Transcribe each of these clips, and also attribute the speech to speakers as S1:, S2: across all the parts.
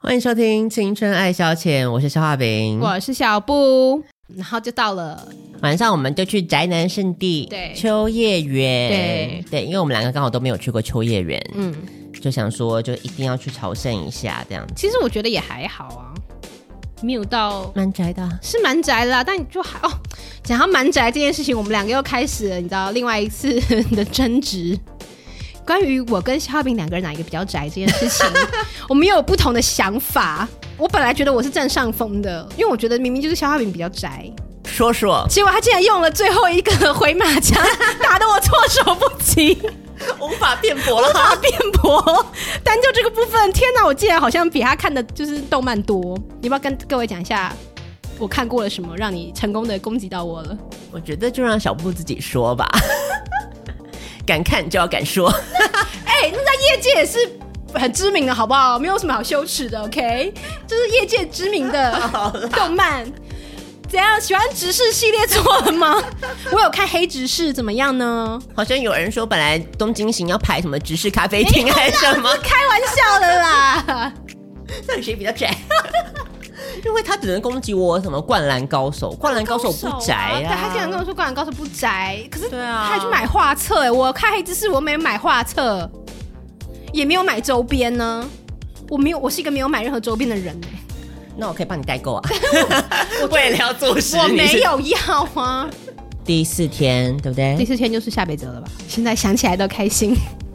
S1: 欢迎收听《青春爱消遣》，我是肖化饼。
S2: 我是小布，然后就到了，
S1: 晚上我们就去宅男圣地，
S2: 对
S1: 秋叶原，
S2: 对
S1: 因为我们两个刚好都没有去过秋叶原，
S2: 嗯，
S1: 就想说就一定要去朝圣一下，这样子
S2: 其实我觉得也还好啊，没有到
S1: 蛮宅的啊、
S2: 是蛮宅的啦，但你就还哦，讲到蛮宅这件事情，我们两个又开始了，你知道另外一次的争执。关于我跟肖炳两个人哪一个比较宅这件事情，我们又有不同的想法。我本来觉得我是占上风的，因为我觉得明明就是肖化饼比较宅，
S1: 说说，
S2: 结果他竟然用了最后一个回马枪，打得我措手不及。
S1: 无法辩驳 了。
S2: 他辩驳。单就这个部分，天哪，我竟然好像比他看的就是动漫多。你要不要跟各位讲一下，我看过了什么，让你成功的攻击到我了？
S1: 我觉得就让小布自己说吧， 敢看就要敢说。
S2: 哎、那在业界也是很知名的，好不好？没有什么好羞耻的，OK？就是 业界知名的动漫。怎样？喜欢直视系列作了吗？ 我有看《黑执事》，怎么样呢？
S1: 好像有人说，本来东京行要排什么直视咖啡厅还是什么，
S2: 开玩笑的啦。
S1: 到底谁比较宅？ 因为他只能攻击我什么灌篮高手，灌篮高手不宅
S2: 啊！对，
S1: 啊。
S2: 他竟然跟我说《灌篮高手》不宅，可是
S1: 对啊
S2: 他还去买画册哎！我看黑知识，我没有买画册，也没有买周边呢。我没有，我是一个没有买任何周边的人哎，
S1: 那我可以帮你代购啊。为了要做事，
S2: 我
S1: 你
S2: 没
S1: 是
S2: 有要啊。
S1: 第四天，对不
S2: 第
S1: 对？
S2: 四天就是下北泽了吧？现在想起来都开心。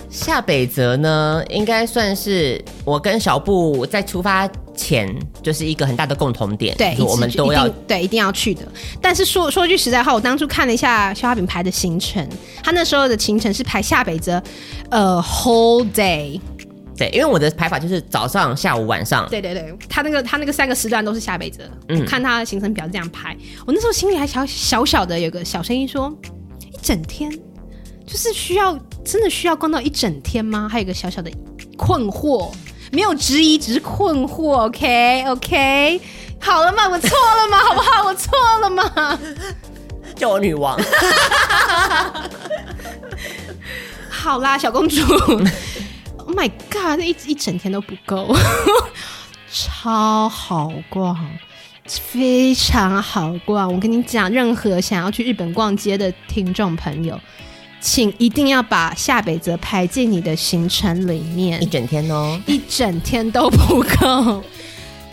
S1: 下北泽呢，应该算是我跟小布在出发前就是一个很大的共同点，
S2: 对，
S1: 就是我们
S2: 一直
S1: 都要
S2: 一定对一定要去的。但是说说句实在话，我当初看了一下肖化饼排的行程，他那时候的行程是排下北泽，呃，whole day。
S1: 对，因为我的排法就是早上、下午、晚上，
S2: 对对对，他那个他那个三个时段都是下北泽，
S1: 嗯
S2: 我看他的行程表是这样排。我那时候心里还小小小的有个小声音说，一整天就是需要真的需要逛到一整天吗？还有一个小小的困惑，没有质疑，只是困惑。OK OK，好了吗？我错了吗？好不好？我错了吗？
S1: 叫我女王。
S2: 好啦，小公主 ，Oh my God，那一一整天都不够， 超好逛，非常好逛。我跟你讲，任何想要去日本逛街的听众朋友，请一定要把下北泽排进你的行程里面
S1: 一，整天哦，
S2: 一整天都不够。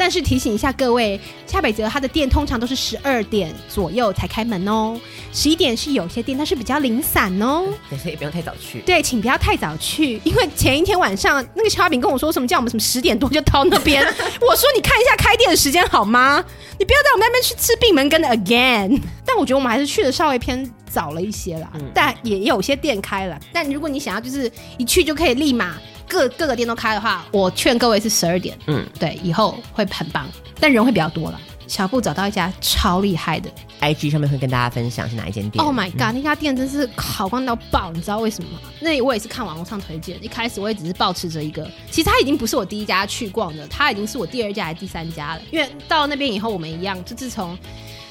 S2: 但是提醒一下各位，下北泽它的店通常都是十二点左右才开门哦，十一点是有些店，但是比较零散哦。
S1: 对所以不用太早去。
S2: 对，请不要太早去，因为前一天晚上那个肖饼跟我说什么叫我们什么十点多就到那 边，我说你看一下开店的时间好吗？你不要在我们那边去吃闭门羹的 again。但嗯我觉得我们还是去的稍微偏早了一些啦，但也有些店开了。但如果你想要就是一去就可以立马各各个店都开的话，我劝各位是十二点，
S1: 嗯
S2: 嗯，对，以后会很棒，但人会比较多了。小布找到一家超厉害的
S1: IG 上面会跟大家分享是哪一间店。
S2: Oh my god！那家店真是好逛到爆，你知道为什么吗？那我也是看网络上推荐，一开始我也只是抱持着一个，其实它已经不是我第一家去逛的，它已经是我第二家还是第三家了。因为到那边以后，我们一样，就自从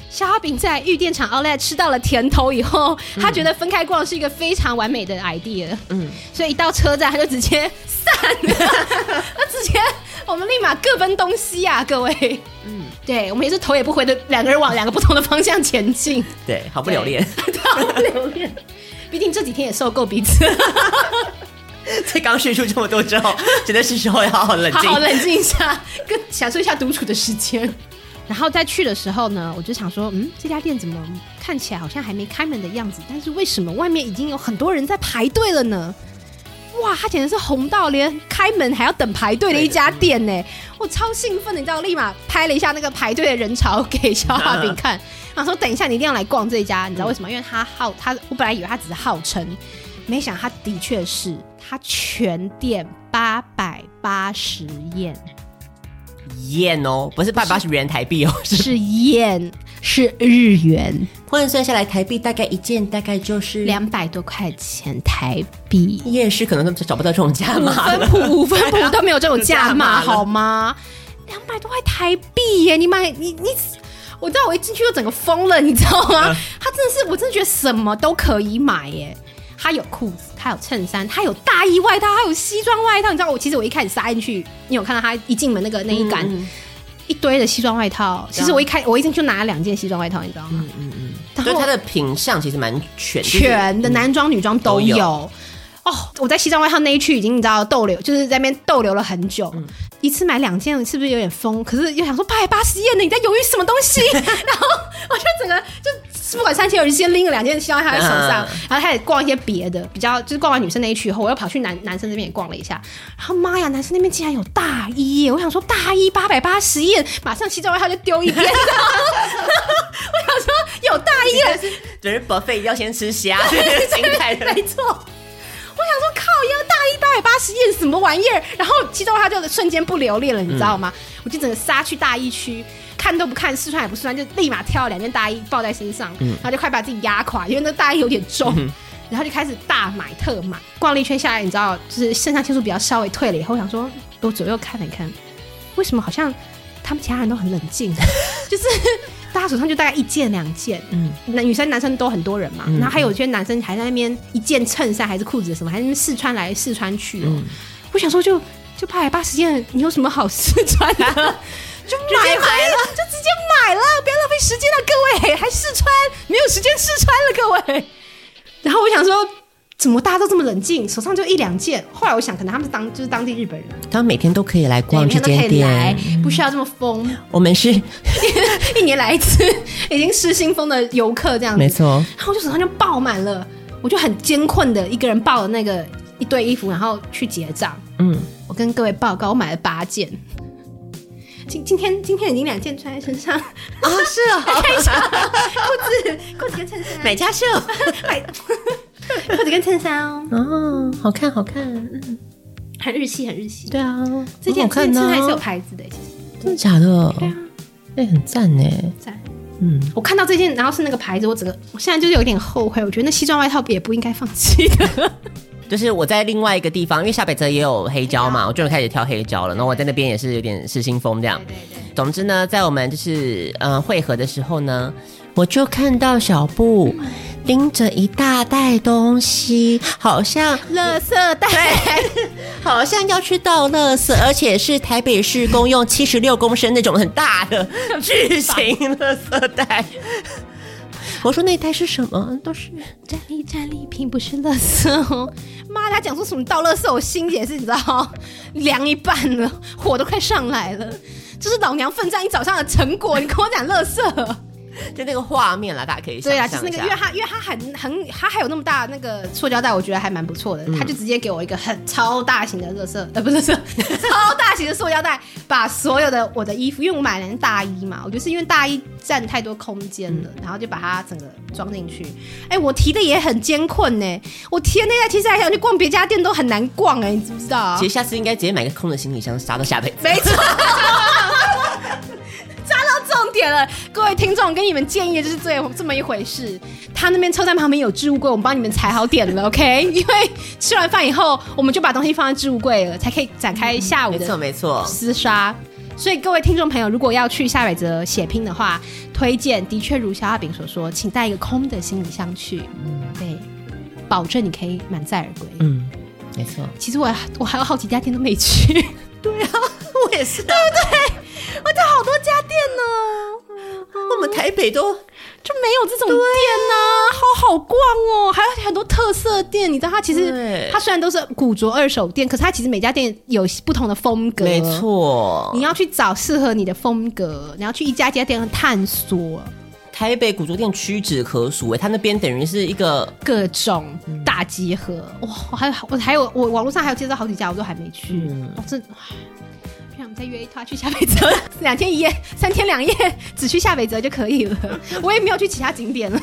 S2: 小哈饼在玉电厂 Outlet 吃到了甜头以后，他觉得分开逛是一个非常完美的 idea。
S1: 嗯
S2: 嗯，所以一到车站他就直接散 了，他直接我们立马各奔东西啊，各位。嗯，对，我们也是头也不回的两个人往两个不同的方向前进。
S1: 对，毫不留恋，
S2: 好留恋。毕竟这几天也受够彼此，
S1: 在刚叙述 这么多之后，真的是时候要好好冷
S2: 好
S1: 静。
S2: 好冷静一下，跟享受一下独处的时间。然后再去的时候呢，我就想说，嗯，这家店怎么看起来好像还没开门的样子？但是为什么外面已经有很多人在排队了呢？哇，它简直是红到连开门还要等排队的一家店呢！我超兴奋的，你知道，立马拍了一下那个排队的人潮给小画饼看，然后说等一下你一定要来逛这家，你知道为什么？因为它号它，我本来以为它只是号称，没想到它的确是它全店八百八十元。
S1: yen 哦，不是八八是元台币哦，是
S2: 是 yen，是日元，
S1: 换算下来台币大概一件大概就是
S2: 两百多块钱台币。
S1: 夜市可能都找不到这种价
S2: 五
S1: 码
S2: 分
S1: 了。
S2: 谱，五分谱都没有这种
S1: 有
S2: 价码，
S1: 价码了
S2: 好吗？两百多块台币耶！你买你你，我知道我一进去就整个疯了，你知道吗？他真的是，我真的觉得什么都可以买耶。他有裤子，他有衬衫，他有大衣外套，他有西装外套。你知道我其实我一开始杀进去，你有看到他一进门那个那一杆、一堆的西装外套。其实我一开我一进去就拿了两件西装外套，你知道吗？啊嗯嗯嗯。
S1: 就它的品相其实蛮全，就是
S2: 全的男装女装嗯都有。
S1: 都
S2: 哦，我在西装外套那一区已经你知道逗留，就是在那边逗留了很久。一次买两件是不是有点疯？可是又想说八百八十页呢，你在犹豫什么东 西？然后我就整个就不管三七二十一，先拎了两件西装外套在手上，
S1: 嗯
S2: 然后开始逛一些别的，比较就是逛完女生那一区以后，我又跑去男男生这边也逛了一下。然后妈呀，男生那边竟然有大衣耶！我想说大衣八百八十页，马上西装外套就丢一边。然后 我想说有大衣了，
S1: 只是 buffet 要先吃 虾这个心态的。
S2: 没错。我想说，靠，要大一八百八十页什么玩意儿？然后其中他就瞬间不留恋了，你知道吗？我就整个杀去大一区，看都不看，试穿也不试穿，就立马挑了两件大衣抱在身上，然后就快把自己压垮，因为那大衣有点重。然后就开始大买特买，逛了一圈下来，你知道，就是肾上腺素比较稍微退了以后，我想说，我左右看了一看，为什么好像他们其他人都很冷静， 就是大家手上就大概一件两件，嗯，那女生男生都很多人嘛，然后还有些男生还在那边一件衬衫还是裤子什么，还在那边试穿来试穿去、哦，我想说就就八百八十件，你有什么好试穿 的？就买买了，就直接买了，不要浪费时间了，各位还试穿，没有时间试穿了，各位。然后我想说，怎么大家都这么冷静，手上就一两件？后来我想，可能他们是当就是当地日本人，
S1: 他们每天都可以来
S2: 对，
S1: 逛
S2: 每
S1: 这
S2: 天都可
S1: 间
S2: 以来
S1: 店，，
S2: 不需要这么疯，
S1: 我们是
S2: 一年来一次，已经失心疯的游客这样子。
S1: 没错，
S2: 然后我就手上就爆满了，我就很艰困的一个人抱了那个一堆衣服，然后去结账。
S1: 嗯，
S2: 我跟各位报告，我买了八件。今今天今天已经两件穿在身 上啊，是
S1: 哦
S2: 啊， 看一下裤子裤子跟衬衫，
S1: 美家秀
S2: 买 裤子跟衬衫哦，
S1: 哦，好看好看，
S2: 很日系很日系。
S1: 对啊，
S2: 这件
S1: 很好看
S2: 这件
S1: 呢
S2: 衬衫是有牌子的，其实
S1: 真的假的？
S2: 对啊，
S1: 哎，很赞呢，
S2: 赞。
S1: 嗯，
S2: 我看到这件，然后是那个牌子，我整个我现在就是有点后悔，我觉得那西装外套也不应该放弃的。
S1: 就是我在另外一个地方，因为下北泽也有黑胶
S2: 啊
S1: 嘛，我就开始挑黑胶了。然后我在那边也是有点失心疯这样。
S2: 对
S1: 总之呢，在我们就是呃汇合的时候呢，我就看到小布拎着一大袋东西，好像
S2: 对， 垃圾袋，
S1: 好像要去倒垃圾，而且是台北市公用七十六公升那种很大的巨型垃圾 袋。我说那袋是什么？都是
S2: 战利战利品不是垃圾哦。妈，他讲说什么倒垃圾，我心也是你知道，哦凉一半了，火都快上来了。这是老娘奋战一早上的成果，你跟我讲垃圾？
S1: 就那个画面啦，大家可以想
S2: 对啊，就
S1: 象
S2: 是那
S1: 一
S2: 个，
S1: 下
S2: 因为他因为他很很他还有那么大的那个塑胶袋，我觉得还蛮不错的。
S1: 嗯
S2: 他就直接给我一个很超大型的垃圾，呃，不是 垃圾，超大型的塑胶袋，把所有的我的衣服，因为我买了件大衣嘛，我就是因为大衣占太多空间了，
S1: 嗯
S2: 然后就把它整个装进去。哎、我提的也很艰困呢、我提的那台其实还想去逛别家店都很难逛哎、你知不知道啊
S1: 其？实下次应该直接买个空的行李箱，杀到下辈子。
S2: 没错。 抓到重点了，各位听众，我跟你们建议的就是这这么一回事。他那边车站旁边有置物柜，我们帮你们踩好点了，OK？因 为吃完饭以后，我们就把东西放在置物柜了，才可以展开下午
S1: 没错
S2: 的
S1: 没错，
S2: 厮杀。所以各位听众朋友，如果要去下北泽血拼的话，推荐的确如小阿饼所说，请带一个空的行李箱去，对，保证你可以满载而归。
S1: 嗯，没错，
S2: 其实我我还有好几家店都没去，对啊，我也是，对
S1: 啊
S2: 不对？我在好多家店呢，啊
S1: 我们台北都
S2: 就没 有这种店呢、好好逛哦，还有很多特色店。你知道，它其实
S1: 对
S2: 它虽然都是古着二手店，可是它其实每家店有不同的风格，
S1: 没。错
S2: 你。要去找适合你的风格，你要去一家一家店探索
S1: 台北古着店屈指可数哎，它那边等于是一个
S2: 各种大集合。哇，我还有我还有我网络上还有介绍好几家，我都还没去。我真。哇不然我们再约一趟去下北泽， 两天一夜、三天两夜，只去下北泽就可以了。我也没有去其他景点了。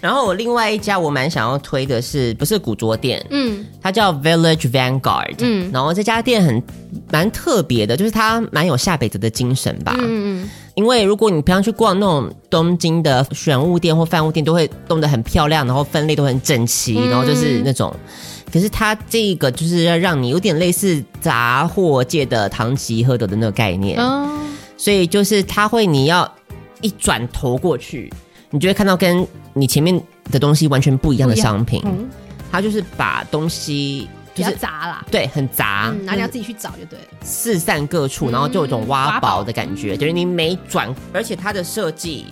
S1: 然后我另外一家我蛮想要推的是，不是古着店，
S2: 嗯，
S1: 它叫 Village Vanguard，
S2: 嗯
S1: 嗯，然后这家店很蛮特别的，就是它蛮有下北泽的精神吧，
S2: 嗯嗯
S1: 因为如果你平常去逛那种东京的选物店或饭物店，都会弄得很漂亮，然后分类都很整齐，
S2: 嗯
S1: 然后就是那种。可是它这个就是要让你有点类似杂货界的堂吉诃德的那个概念，
S2: 哦，
S1: 所以就是它会你要一转头过去，你就会看到跟你前面的东西完全不一样的商品。
S2: 嗯，
S1: 它就是把东西
S2: 比
S1: 就
S2: 较
S1: 是
S2: 杂啦，
S1: 对很杂，
S2: 嗯，然后你要自己去找就对了，
S1: 四散各处，然后就有一种挖
S2: 嗯挖宝嗯
S1: 宝的感觉，就是你每转，而且它的设计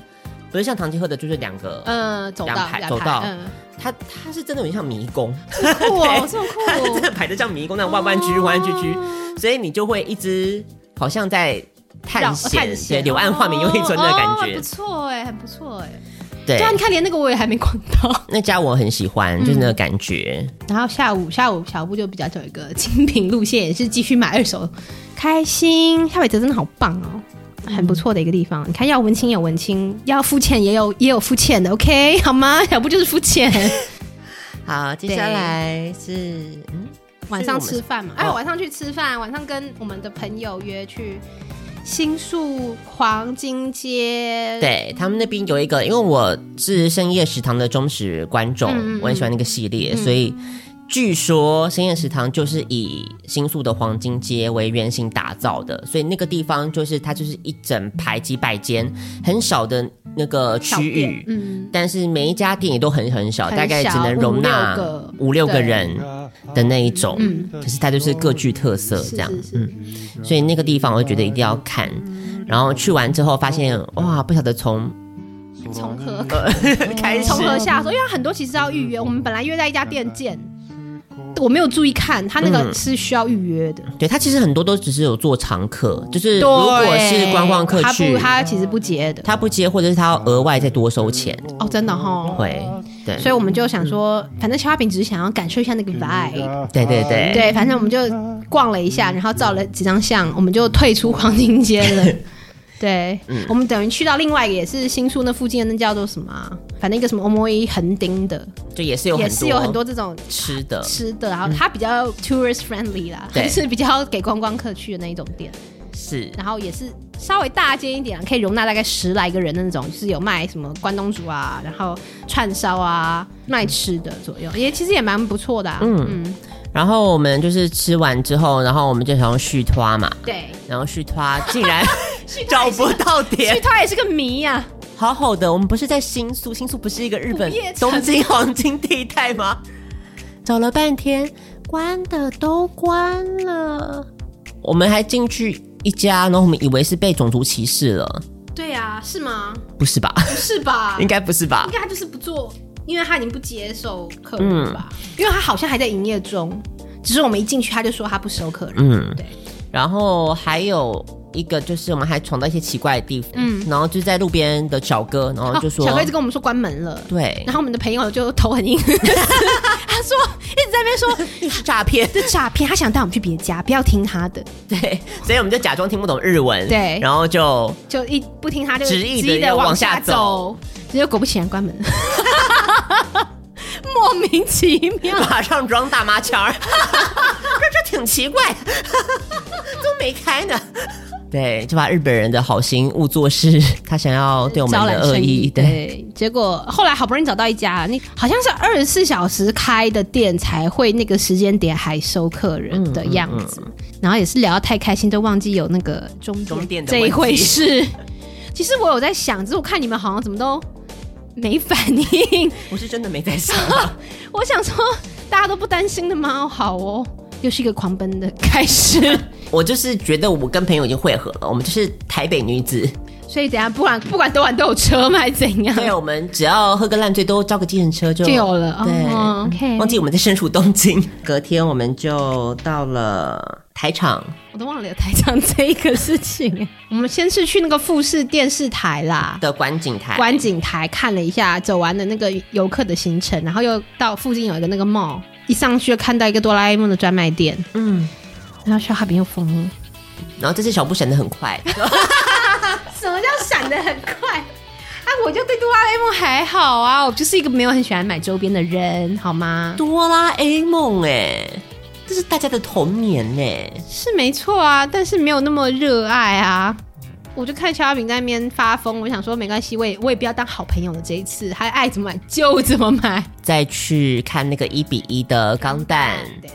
S1: 不是像唐吉诃德就是两个，
S2: 呃，走
S1: 两
S2: 到
S1: 排
S2: 两
S1: 走道
S2: 嗯，
S1: 它它是真的有点像迷宫，
S2: 酷哦，这么酷
S1: 它真
S2: 哦，
S1: 的排的像迷宫那样弯弯曲曲弯弯曲曲，所以你就会一直好像在探
S2: 让
S1: 险
S2: 探，
S1: 对，
S2: 险，
S1: 柳暗花明又一村的感
S2: 哦
S1: 觉
S2: 不，错哎，很不错哎。
S1: 对
S2: 对啊，，你看连那个我也还没逛到。
S1: 那家我很喜欢，就是那个感觉，
S2: 然后下午下午小布就比较走一个精品路线，也是继续买二手，开心。夏伟泽真的好棒哦，很不错的一个地方。你看，要文青有文青，要肤浅也有也有肤浅的，OK 好吗？ 小布就是肤浅。
S1: 好，接下来是嗯，
S2: 晚上吃饭嘛，
S1: 是我们
S2: 哎，
S1: 哦
S2: 晚上去吃饭，晚上跟我们的朋友约去新宿黄金街。，
S1: 对他们那边有一个，因为我是深夜食堂的忠实观众，
S2: 嗯嗯嗯嗯
S1: 我很喜欢那个系列，所以据说深夜食堂就是以新宿的黄金街为原型打造的，所以那个地方就是它就是一整排几百间很小的那个
S2: 小
S1: 区
S2: 店
S1: 域。
S2: 嗯，
S1: 但是每一家店也都很很小，
S2: 很
S1: 大概只能容纳
S2: 小五六个
S1: 五六个
S2: 对
S1: 人的那一种，可是它就是各具特色
S2: 是
S1: 这样。嗯
S2: 是是，
S1: 所以那个地方我就觉得一定要看。然后去完之后发现，哇，不晓得从
S2: 重合
S1: 开
S2: 从何下手？因为它很多其实要预约，我们本来约在一家店见。
S1: 嗯
S2: 我没有注意看，它那个是需要预约的。
S1: 对，它其实很多都只是有做常客，就是
S2: 对，
S1: 如果是观光客
S2: 他
S1: 去
S2: 不，，他其实不接的。
S1: 他不接，或者是他要额外再多收钱，
S2: 哦，真的哈。
S1: 会，对，
S2: 所以我们就想说，反正小花饼只是想要感受一下那个嗯 vibe。
S1: 对对对
S2: 对，反正我们就逛了一下，然后照了几张相，我们就退出黄金街 了。对，
S1: 嗯
S2: 我们等于去到另外一个也是新宿那附近的，那叫做什么啊、反正一个什么 omoe 横丁的，
S1: 就也是有
S2: 也
S1: 很
S2: 是
S1: 多
S2: 有很多这种
S1: 吃的，
S2: 吃的，然后它比较 tourist friendly 啦，
S1: 对
S2: 就是比较给观光客去的那一种店，
S1: 是
S2: 然后也是稍微大间一点，可以容纳大概十来个人的那种，就是有卖什么关东煮啊，然后串烧啊，卖吃的左右，也其实也蛮不错的、啊，嗯
S1: 然后我们就是吃完之后，然后我们就想要续拖嘛，
S2: 对，
S1: 然后续拖竟 然找不到点
S2: 去，它也是个谜呀、
S1: 好好的，我们不是在新宿，新宿不是一个日本
S2: 不夜城
S1: 东京黄金地带吗？ 找了半天，关的都关了，我们还进去一家，然后我们以为是被种族歧视了，
S2: 对呀、是吗？
S1: 不是 吧？
S2: 不是吧？
S1: 应该不是吧
S2: 应？该他就是不做，因为他已经不接受客人
S1: 嗯
S2: 了吧，因为他好像还在营业中，只是我们一进去他就说他不收客人，
S1: 嗯
S2: 对。
S1: 然后还有一个就是我们还闯到一些奇怪的地方，
S2: 嗯
S1: 然后就在路边的小哥，然后就说，
S2: 哦、小哥一直跟我们说关门了，
S1: 对
S2: 然，后我们的朋友就头 很硬，他说一直在那边说
S1: 又是诈骗，
S2: 这诈骗，他想带我们去别家，不要听他的，
S1: 对，所以我们就假装听不懂日文，
S2: 对
S1: 然后就
S2: 就一不听他就
S1: 执意地
S2: 地
S1: 要
S2: 往
S1: 往下
S2: 下走，结果果不其然关门了， 莫名其妙。
S1: 马上装大妈腔儿， 这这挺奇怪， 都没开 呢。对，就把日本人的好心误作是， 他想要对我们
S2: 招
S1: 的
S2: 揽
S1: 恶
S2: 生
S1: 意。
S2: 意，
S1: 对，
S2: 对，结果后来好不容易找到一家，那好像是二十四小时开的店才会那个时间点还收客人的样子，然后也是聊得太开心，都忘记有那个终
S1: 终点的
S2: 这一
S1: 问题
S2: 回事。 其实我有在想，只是我看你们好像怎么都没反应，
S1: 我是真的没在想。啊
S2: 我想说大家都不担心的吗？好哦，又是一个狂奔的开始。
S1: 我就是觉得我跟朋友已经汇合了，我们就是台北女 子，
S2: 所以等一下不管不管多晚都有车吗？还是怎样？
S1: 对，我们只要喝个烂醉都招个计程车就嗯
S2: 就有了。
S1: 对
S2: 哦、，OK，
S1: 忘记我们在身处东京。 隔天我们就到了台场，
S2: 我都忘了有台长这一个事情。 我们先是去那个富士电视台啦，
S1: 的观景台，
S2: 观景台看了一下走完的那个游客的行程，然后又到附近有一个那个 mall，一上去就看到一个哆啦 A 梦的专卖店，
S1: 嗯，
S2: 然后小哈饼又疯了。
S1: 然后这次小布闪的很快，
S2: 什么叫闪的很快？他啊我就对哆啦 A 梦还好啊，我就是一个没有很喜欢买周边的人，好吗？
S1: 哆啦 A 梦哎、这是大家的童年哎、
S2: 是没错啊，但是没有那么热爱啊。我就看肖亚饼在那边发疯，我想说没关系，我也我也不要当好朋友的这一次，他爱怎么买就怎么买。
S1: 再去看那个一比一的钢弹，
S2: 对，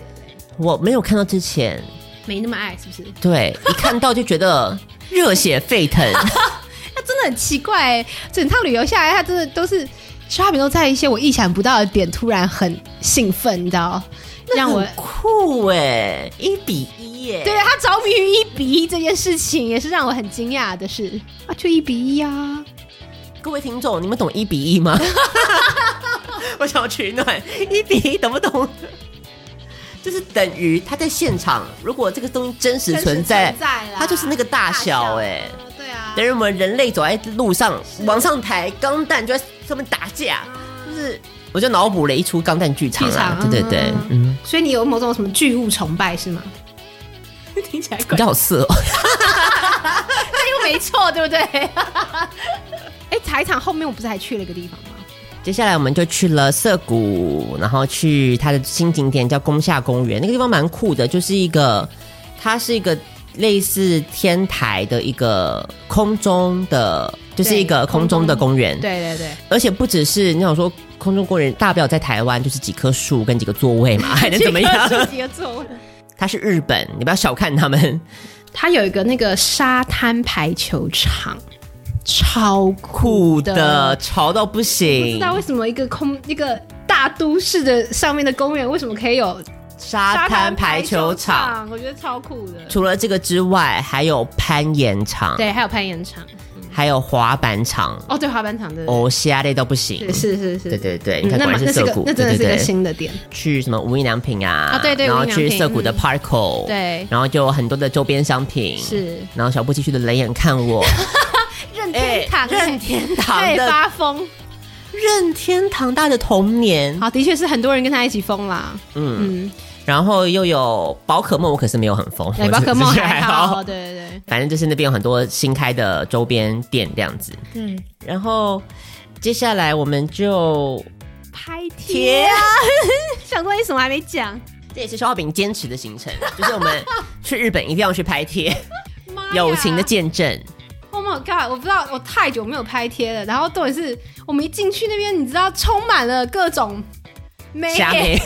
S1: 我没有看到之前，
S2: 没那么爱是不是？
S1: 对，一看到就觉得热血沸腾。
S2: 他真的很奇怪、欸，整趟旅游下来，他真的都是肖亚饼都在一些我意想不到的点，突然很兴奋，你知道， 让我
S1: 很酷哎、一比一哎耶、
S2: 对他着迷于一比一这件事情，也是让我很惊讶的事啊，就一比一啊，
S1: 各位听众，你们懂一比一吗？ 我想要取暖，一比一懂不懂？就是等于他在现场，如果这个东西真实存在，
S2: 真实存在啦
S1: 它就是那个大小哎、
S2: 对啊
S1: 等于我们人类走在路上，往上抬钢弹就在上面打架，就是我就脑补了一出钢弹剧场
S2: 剧
S1: 啊，
S2: 场
S1: 对对对，嗯，
S2: 所以你有某种什么巨物崇拜是吗？ 听起来
S1: 比
S2: 怪，
S1: 较好色、哦。
S2: 又没错，对不 对？哎、茶哎场后面我不是还去了一个地方吗？
S1: 接下来我们就去了涩谷，然后去它的新景点叫宫下公园，那个地方蛮酷的，就是一个它是一个类似天台的一个空中的，就是一个
S2: 对
S1: 空中的公园。
S2: 对对对，
S1: 而且不只是你想说空中公园，大不了在台湾就是几棵树跟几个座位 嘛，还能怎么样？
S2: 这个几个座位
S1: 它是日本，你不要小看他们。
S2: 它有一个那个沙滩排球场， 超酷
S1: 酷的，潮到不
S2: 不知
S1: 行，
S2: 道为什么一个空一个大都市的上面的公园，为什么可以有
S1: 沙滩排球场。，
S2: 我觉得超酷的。
S1: 除了这个之外，还有攀岩场，
S2: 对，还有攀岩场，
S1: 还有滑板场，
S2: 哦，对，滑板场，对对
S1: 哦，虾类到不行。
S2: 对是是是，
S1: 对对对，
S2: 嗯
S1: 你看
S2: 那
S1: 果
S2: 么
S1: 然是
S2: 那是
S1: 涩
S2: 个
S1: 谷，
S2: 那真
S1: 对
S2: 的是
S1: 对
S2: 个
S1: 对
S2: 新的店，
S1: 去什么无印良品啊，
S2: 啊对对
S1: 然
S2: 无
S1: 后
S2: 印良品嗯
S1: 去涩谷的 Parko，、
S2: 对
S1: 然后就有很多的周边商品，
S2: 是
S1: 然后小布继续的冷眼看 我，
S2: 任天堂，
S1: 哎任天堂的
S2: 哎发疯，
S1: 任天堂大的童年，
S2: 好，的确是很多人跟他一起疯啦，嗯
S1: 然后又有宝可梦，我可是没有很疯，
S2: 对，
S1: 我
S2: 宝可梦
S1: 只是
S2: 还好，对对
S1: 反正就是那边有很多新开的周边店这样子，
S2: 对，嗯，
S1: 然后接下来我们就
S2: 拍
S1: 贴
S2: 贴， 想说你什么还没讲，
S1: 这也是肖浩饼坚持的行程，就是我们去日本一定要去拍贴，
S2: 妈呀
S1: 友情的见证。
S2: Oh my god！我不知道，我太久没有拍贴了。然后重点是我们一进去那边，你知道，充满了各种妹
S1: 虾妹
S2: 耶，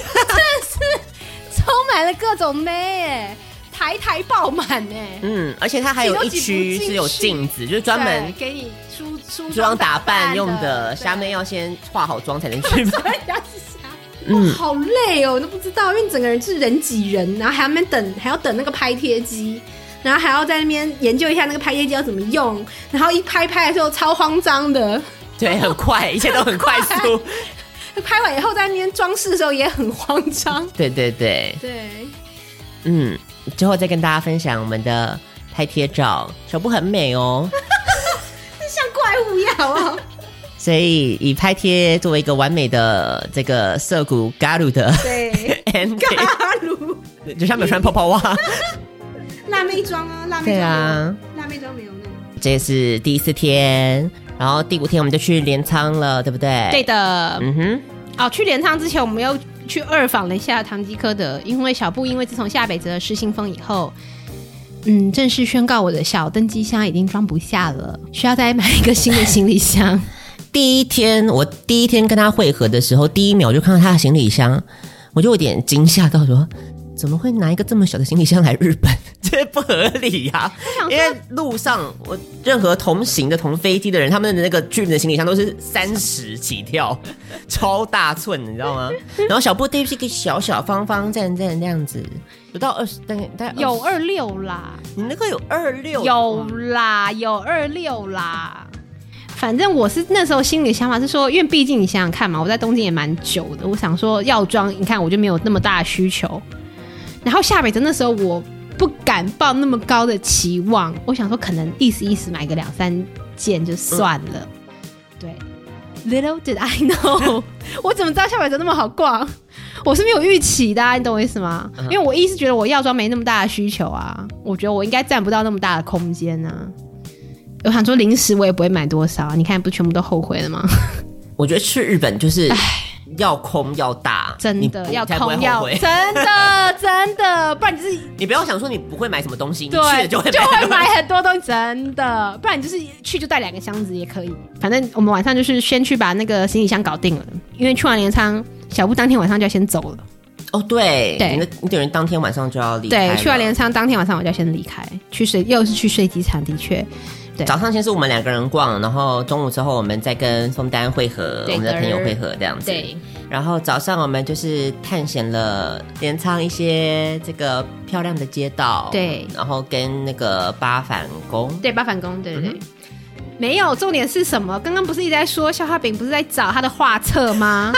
S2: 充满了各种妹耶，台台爆满哎。
S1: 嗯，而且它还有一区是有镜子，就是专门
S2: 对给你梳梳
S1: 梳妆打扮用的。
S2: 的。
S1: 虾妹要先化好妆才能去
S2: 对要是虾哇，好累哦，我都不知道，因为你整个人是人挤人，然后还要那边等，还要等那个拍贴机，然后还要在那边研究一下那个拍贴机要怎么用，然后一拍拍的时候超慌张的。
S1: 对，很快，一切都很快速。
S2: 拍完以后在那边装饰的时候也很慌张。哎
S1: 对对对，
S2: 对，
S1: 嗯，之后再跟大家分享我们的拍贴照，手部很美哦。
S2: 像怪物一啊样好不好？
S1: 所以以拍贴作为一个完美的这个涩谷 Garu 的
S2: 对，
S1: ending，
S2: 阿鲁
S1: 就像没有穿泡泡袜。
S2: 辣妹装啊，辣妹
S1: 对
S2: 装，
S1: 啊，
S2: 辣妹装没有那个。
S1: 这是第四天，然后第五天我们就去镰仓了，对不对？
S2: 对。的，
S1: 嗯哼。
S2: 哦，去镰仓之前，我们又去二访了一下唐吉诃德，因为小布因为自从下北泽失心疯以后。嗯，正式宣告我的小登机箱已经装不下了，需要再买一个新的行李箱。
S1: 第一天，我第一天跟他会合的时候，第一秒就看到他的行李箱，我就有点惊吓到说。怎么会拿一个这么小的行李箱来日本？ 这不合理呀、
S2: 想说
S1: 因为路上我任何同行的同飞机的人，他们的那个巨人的行李箱都是三十起跳， 超大寸，你知道吗？然后小布丁是一个小小方方正正那样子，不到二十，大概大概20
S2: 有二六啦，
S1: 你那个有二六
S2: 有啦，有二六啦。反正我是那时候心里的想法是说，因为毕竟你想想看嘛，我在东京也蛮久的，我想说药妆，你看我就没有那么大的需求。然后下北泽那时候我不敢抱那么高的期望，我想说可能意思意思买个两三件就算了。
S1: 嗯
S2: 对，Little did I know，我 怎么知道下北泽那么好逛？我是没有预期的、啊，你懂我意思吗？
S1: 嗯
S2: 因为我一是觉得我药妆没那么大的需求啊，我觉得我应该占不到那么大的空间啊。
S3: 我想说零食我也不会买多少啊，你看不全部都后悔 了吗？
S1: 我觉得去日本就是要空要大，
S3: 真
S1: 你
S3: 的
S1: 不
S3: 要
S1: 你才不会
S3: 空
S1: 后
S3: 要，
S1: 悔
S3: 真的真的，不然你就是
S1: 你不要想说你不会买什么东西，你去
S3: 对
S1: 了就会
S3: 就
S1: 买
S3: 会买很多东西，真的，不然你就是去就带两个箱子也可以。反正我们晚上就是先去把那个行李箱搞定了，因为去完镰仓，小布当天晚上就要先走了。
S1: 哦，对，
S3: 对
S1: 你的你等于当天晚上就要离开
S3: 对
S1: 了，，
S3: 去完镰仓当天晚上我就要先离开，去睡又是去睡机场，的确，对
S1: 早上先是我们两个人逛，然后中午之后我们再跟枫丹会合，我
S3: 对
S1: 们的朋友会合这样子。，然后早上我们就是探险了镰仓一些这个漂亮的街道，
S3: 对
S1: 然后跟那个八幡宫，
S3: 对八反宫，对对对。没有，重点是什么？刚刚不是一直在说消化饼不是在找他的画册 吗？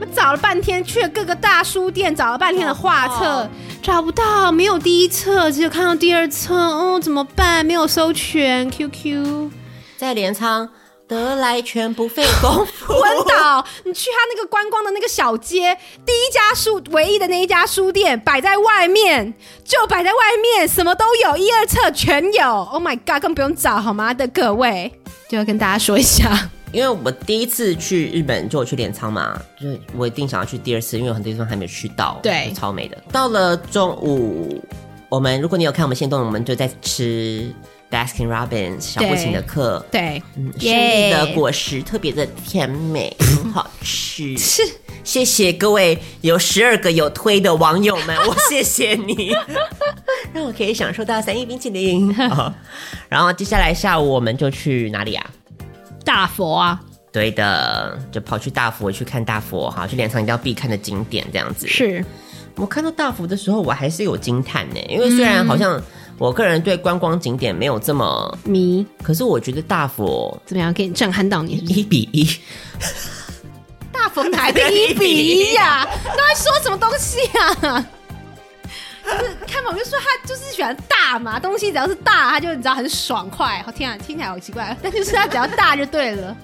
S3: 我找了半天，去了各个大书店找了半天的画册，找不到，没有第一册，只有看到第二册，哦，怎么办？没有收全，QQ
S1: 在镰仓得来全不费工夫。
S3: 昏倒。你去他那个观光的那个小街，第一家书唯一的那一家书店摆在外面，就摆在外面，什么都有，一二册全有。Oh my god，更不用找好吗的各位，就要跟大家说一 下。
S1: 因为我第一次去日本就有去镰仓嘛，就是我一定想要去第二次，因为有很多地方还没有去到，
S3: 对
S1: 超美的。到了中午，我们如果你有看我们现动，我们就在吃 Baskin Robbins 小布琴的课，
S3: 对，
S1: 嗯，胜利
S3: 耶
S1: 的果实特别的甜 美，很好吃。是，谢谢各位有十二个有推的网友 们，我谢谢你，让我可以享受到三一冰淇淋。 好然后接下来下午我们就去哪里啊？
S3: 大佛啊，
S1: 对的，就跑去大佛去看大佛，哈，去镰仓一定要必看的景点这样子。
S3: 是
S1: 我看到大佛的时候，我还是有惊叹呢，因为虽然好像我个人对观光景点没有这么，
S3: 迷
S1: 可是我觉得大佛
S3: 怎么样？给你震撼到你是不是？
S1: 一比一，
S3: 大佛哪来的一比一呀、那在说什么东西啊？就是看嘛，我就说他就是喜欢大嘛，东西只要是大，他就你知道很爽快。好天啊，听起来好奇怪，但就是他只要大就对了，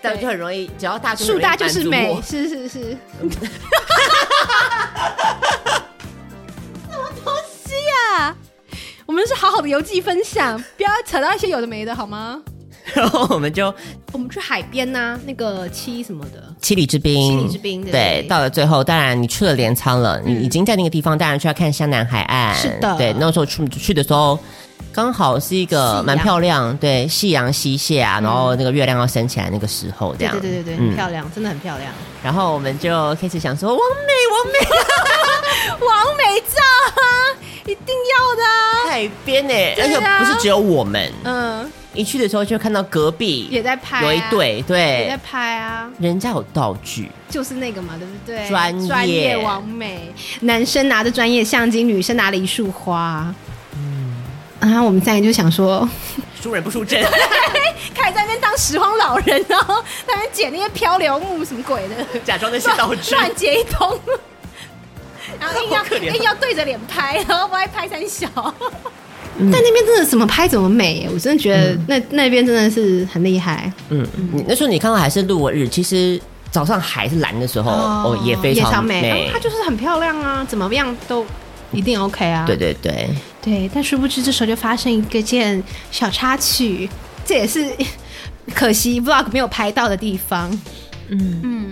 S1: 但就很容易，只要大就很
S3: 树大就是
S1: 容易满足
S3: 美
S1: 我，
S3: 是是 是。什么东西呀、我们是好好的游记分享，不要扯到一些有的没的好吗？
S1: 然后我们就
S3: 我们去海边呐、那个七什么的，
S1: 七里之滨，
S3: 七里之滨对
S1: 对，到了最后，当然你去了镰仓了，你已经在那个地方，当然就要看湘南海岸。
S3: 是的
S1: 对，那时候去去的时候，刚好是一
S3: 夕
S1: 个
S3: 阳
S1: 蛮漂亮，对，夕阳西卸啊，然后那个月亮要升起来那个时候，这
S3: 对
S1: 样。嗯
S3: 对对对对，很漂亮，真的很漂亮。
S1: 然后我们就开始想说，哇，美，哇，
S3: 王美照啊，一定要的啊。
S1: 美，海边呢，而
S3: 啊
S1: 且不是只有我们，
S3: 嗯，
S1: 一去的时候就看到隔壁
S3: 也在拍啊
S1: 有一对，
S3: 也在
S1: 对，
S3: 拍啊，
S1: 人家有道具，
S3: 就是那个嘛，对不对？
S1: 专业
S3: 专业王美，男生拿着专业相机，女生拿了一束花。嗯，然后我们三个就想说，
S1: 输人不输阵。
S3: 开始在那边当拾荒老人，然后在那边捡那些漂流木什么鬼的，
S1: 假装那些道具
S3: 乱捡一 通。然后硬
S1: 好可
S3: 要
S1: 怜哦
S3: 硬要对着脸拍，然后不爱拍三小。但那边真的怎么拍怎么美耶，我真的觉得那、那边真的是很厉害。
S1: 嗯，你那时候你看到还是落日，其实早上还是蓝的时候，哦，也非常
S3: 美，
S1: 美哦
S3: 啊它。就是很漂亮啊，怎么样都一定 OK 啊。
S1: 对对对，
S3: 对但殊不知这时候就发生一个件小插曲，这也是 可惜 vlog 没有拍到的地方。嗯嗯，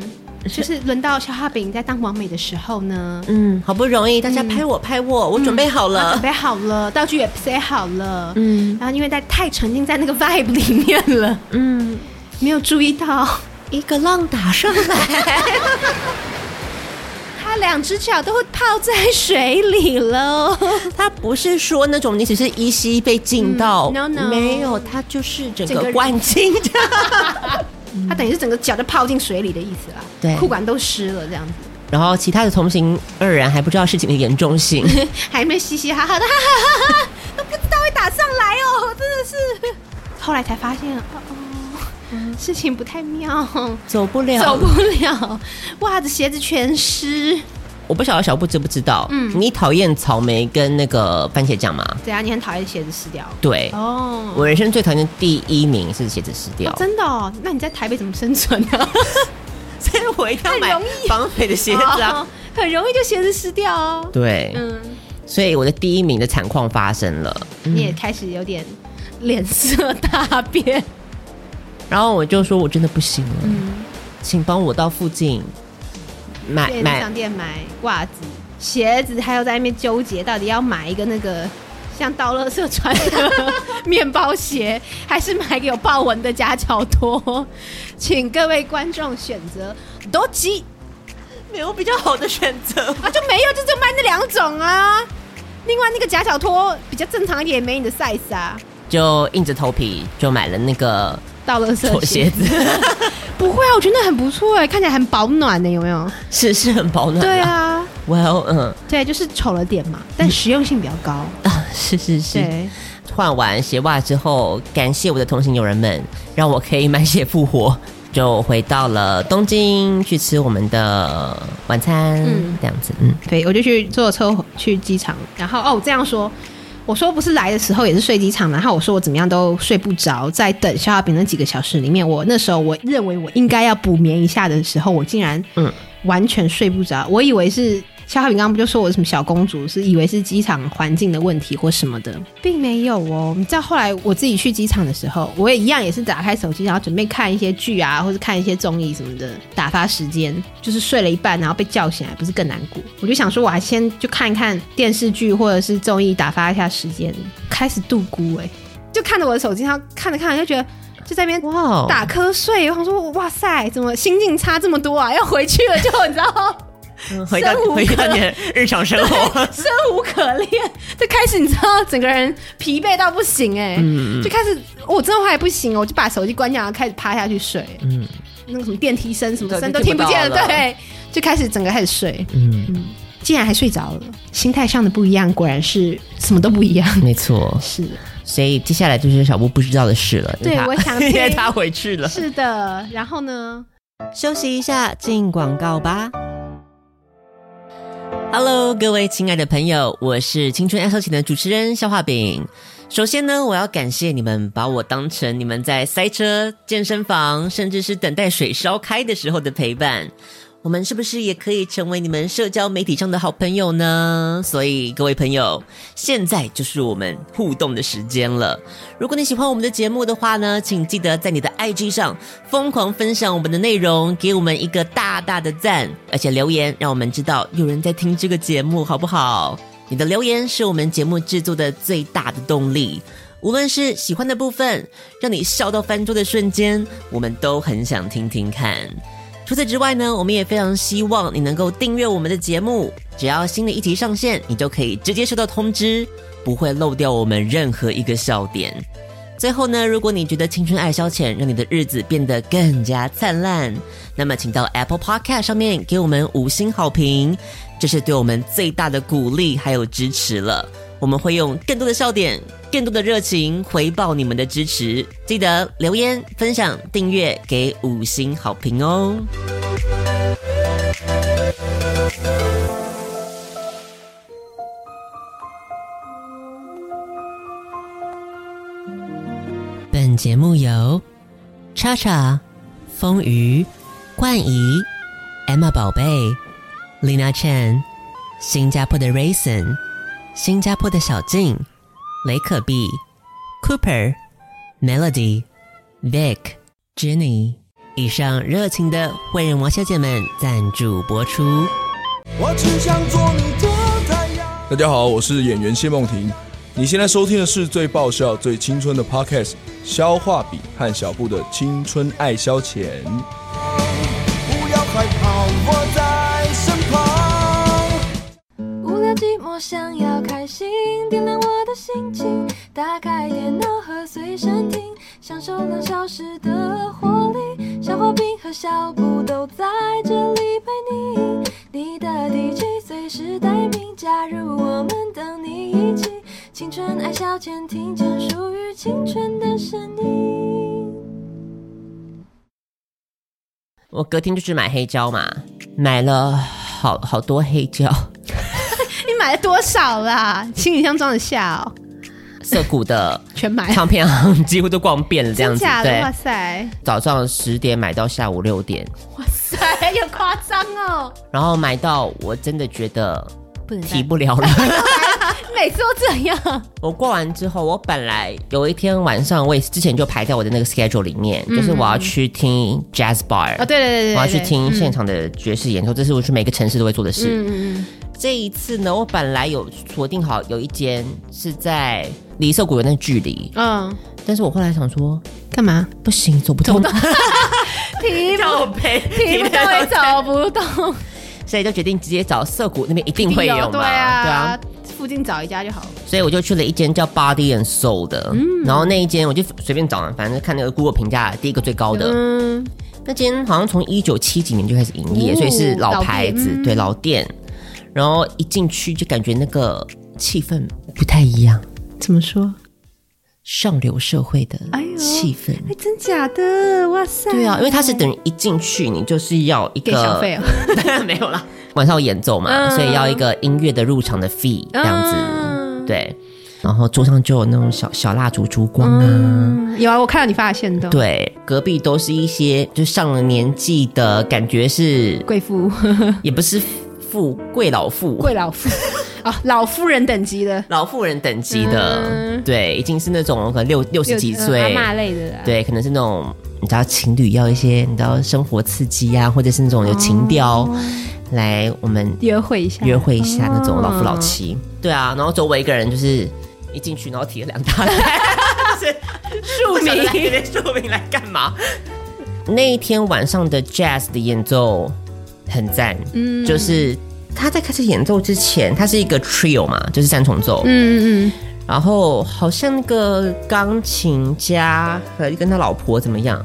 S3: 就是轮到小画饼在当王美的时候呢，
S1: 嗯，好不容易大家拍我拍我，我准备好
S3: 他
S1: 了
S3: 准。备好了，道具也塞好了，
S1: 嗯
S3: 嗯，然后因为在太沉浸在那个 vibe 里面了，嗯，没有注意到
S1: 一个浪打上 来，
S3: 他两只脚都泡在水里喽。
S1: 它不是说那种你只是依稀被浸到，
S3: 嗯，no，no
S1: 没有，它就是整
S3: 整个
S1: 个
S3: 人
S1: 灌进 这样。
S3: 他等于是整个脚就泡进水里的意思啦，
S1: 对
S3: 裤管都湿了这样子，
S1: 然后其他的同行二人还不知道事情的严重性，
S3: 还没嘻嘻哈哈的，哈哈哈哈，都不知道会打上来哦，真的是。后来才发现，哦哦，事情不太妙，
S1: 走不了，
S3: 走不了，袜子鞋子全湿。
S1: 我不晓得小布知不知道，
S3: 嗯
S1: 你讨厌草莓跟那个番茄酱吗？
S3: 怎样？你很讨厌鞋子湿掉？
S1: 对，
S3: 哦，
S1: 我人生最讨厌的第一名是鞋子湿掉，
S3: 真的哦？那你在台北怎么生存啊呢、
S1: 所以我一定要
S3: 很
S1: 买
S3: 容易
S1: 绑匪的鞋子啊。
S3: 哦很容易就鞋子湿掉哦。
S1: 对，
S3: 嗯，
S1: 所以我的第一名的惨况发生了，
S3: 你也开始有点脸色大变。
S1: 然后我就说我真的不行了，
S3: 嗯
S1: 请帮我到附近买
S3: 便利
S1: 买
S3: 商店买袜子、鞋子，还有在那边纠结到底要买一个那个像倒垃圾穿的面包鞋，还是买个有豹纹的夹脚拖？ 请各位观众选择多吉
S4: 没有比较好的选择。
S3: 啊，就没有，就只有卖那两种啊。另外那个夹脚拖比较正常一点，也没你的 size 啊。
S1: 就硬着头皮就买了那个
S3: 倒垃圾
S1: 拖鞋子，
S3: 不会啊，我觉得很不错哎，看起来很保暖呢，有没有？
S1: 是是很保暖、
S3: 对，啊，
S1: well 嗯
S3: 对，就是丑了点嘛，但实用性比较高。
S1: 啊是是是，
S3: 对，
S1: 换完鞋袜之后，感谢我的同行友人们，让我可以满血复活。 就回到了东京去吃我们的晚餐，
S3: 嗯
S1: 这样子，嗯，
S3: 对，我就去坐车去机场，然后哦，我这样说，我说不是来的时候也是睡机场，然后我说我怎么样都睡不着，在等消化饼那几个小时里面，我那时候我认为我应该要补眠一下的时候，我竟然
S1: 嗯
S3: 完全睡不着，我以为是。肖浩饼刚刚不就说我是什么小公主，是以为是机场环境的问题或什么的，并没有哦。你知道后来我自己去机场的时候，我也一样也是打开手机，然后准备看一些剧啊，或者看一些综艺什么的，打发时间。就是睡了一半，然后被叫醒来，不是更难过？我就想说，我还先就看一看电视剧或者是综艺，打发一下时间，开始度孤哎、就看着我的手机，然后看着看着就觉得。就在那边
S1: 哇哦
S3: 打瞌睡，我想说哇塞，怎么心境差这么多啊？要回去了就你知道，
S1: 回到
S3: 生无可
S1: 回到你的日常生活，
S3: 生无可恋，就开始你知道，整个人疲惫到不行哎、
S1: 嗯
S3: 就开始哦我真的后来不行，我就把手机关掉，然后开始趴下去睡，
S1: 嗯
S3: 那个什么电梯声什么
S1: 对
S3: 声
S1: 就
S3: 都
S1: 听
S3: 听
S1: 不
S3: 不见
S1: 到了
S3: 了，对，就开始整个开始睡，
S1: 嗯，
S3: 竟然还睡着了，心态上的不一样，果然是什么都不一样。
S1: 没错。
S3: 嗯是
S1: 所以接下来就是小布不知道的事了。
S3: 对
S1: 因为他
S3: 我想
S1: 因为
S3: 听
S1: 他回去了。
S3: 是的，然后呢？
S1: 休息一下，进广告吧。Hello，各位亲爱的朋友，我是青春爱消遣的主持人肖画饼。首先呢，我要感谢你们把我当成你们在塞车、健身房，甚至是等待水烧开的时候的陪伴。我们是不是也可以成为你们社交媒体上的好朋友呢？所以各位朋友，现在就是我们互动的时间了。如果你喜欢我们的节目的话呢，请记得在你的 IG 上疯狂分享我们的内容，给我们一个大大的赞，而且留言让我们知道有人在听这个节目，好不好？你的留言是我们节目制作的最大的动力。无论是喜欢的部分，让你笑到翻桌的瞬间，我们都很想听听看。除此之外呢，我们也非常希望你能够订阅我们的节目，只要新的一集上线，你就可以直接收到通知，不会漏掉我们任何一个笑点。最后呢，如果你觉得青春爱消遣让你的日子变得更加灿烂，那么请到 Apple Podcast 上面给我们五星好评，这是对我们最大的鼓励还有支持了。我们会用更多的笑点、更多的热情回报你们的支持。记得留言、分享、订阅，给五星好评哦。本节目由叉叉、风鱼、冠仪、Emma 宝贝、Lina Chen、新加坡的 Raisin、新加坡的小静、雷可碧、Cooper、Melody、Vic、Jenny 以上热情的坏人王小姐们赞助播出。
S5: 我只想做你的太阳。大家好，我是演员谢梦婷。你现在收听的是最爆笑、最青春的 podcast《消化笔和小布的青春爱消遣》。不要害怕，我在身旁。
S6: 无聊寂寞，想要开心，点亮我的心情。打开电脑和随身听，享受两小时的活力。小花瓶和小布都在这里陪你，你的 DJ 随时待命，加入我们，等你一起。青春爱消遣，听见属于青春的声音。
S1: 我隔天就去买黑胶嘛，买了好好多黑胶，
S3: 你买了多少啦？行李箱装得下哦，
S1: 涩谷的
S3: 全 买。
S1: 唱片行几乎都逛遍了，这样
S3: 真
S1: 子
S3: 假的？
S1: 对
S3: 哇。塞，
S1: 早上十点买到下午六点，
S3: 塞，有夸张哦！
S1: 然后买到我真的觉得
S3: 不能再
S1: 提不了了，
S7: 每次都这样。
S1: 我过完之后，我本来有一天晚上，我也是之前就排在我的那个 schedule 里面，就是我要去听 jazz bar
S3: 哦
S2: 啊，对对对对，
S1: 我要去
S2: 对，
S1: 听现场的爵士演奏，这是我去每个城市都会做的事。这一次呢，我本来有锁定好有一间是在离涩谷有那距离，
S2: 嗯，
S1: 但是我后来想说，
S2: 干嘛？
S1: 不行，走不动，
S7: 提不
S3: 倒霉，
S7: 提不动也走不动，
S1: 所以就决定直接找涩谷那边一定会有嘛，
S2: 对
S1: 对
S2: 啊
S1: 啊，，
S2: 附近找一家就好了。
S1: 所以我就去了一间叫 Body and Soul 的，
S2: 嗯
S1: 然后那一间我就随便找，反正看那个 Google 评价第一个最高的，
S2: 嗯，
S1: 那间好像从一九七几年就开始营业，
S2: 哦
S1: 所以是老牌子，对老店。然后一进去就感觉那个气氛不太一样，
S2: 怎么说？
S1: 上流社会的
S2: 哎
S1: 气氛。
S2: 真假的？哇塞！
S1: 对啊，因为它是等于一进去你就是要一个
S2: 给小费哦，
S1: 没有啦，嗯晚上有演奏嘛，所以要一个音乐的入场的 fee 这样子，对。然后桌上就有那种小小蜡烛烛光啊，
S2: 嗯有啊，我看到你发现的，，
S1: 对，隔壁都是一些就上了年纪的感觉是，
S2: 贵妇、
S1: 也不是富贵老妇，
S2: 贵 老妇啊，老夫人等级的，
S1: 老妇人等级的，
S2: 嗯
S1: 对，已经是那种可能六六十几
S2: 呃
S1: 呃岁，
S7: 骂类的
S2: 啊
S7: 啦。
S1: 对，可能是那种你知道情侣要一些你知道生活刺激啊，或者是那种有情调、来我们
S2: 约会一下，
S1: 约会一下那种老夫老妻，对啊，然后周围一个人就是一进去，然后提了两大袋，
S3: 庶
S1: 民说明来干嘛？那一天晚上的 jazz 的演奏很赞，嗯，就是他在开始演奏之前，他是一个 trio 嘛，就是三重奏，
S2: 嗯嗯
S1: 然后好像那个钢琴家和跟他老婆怎么样？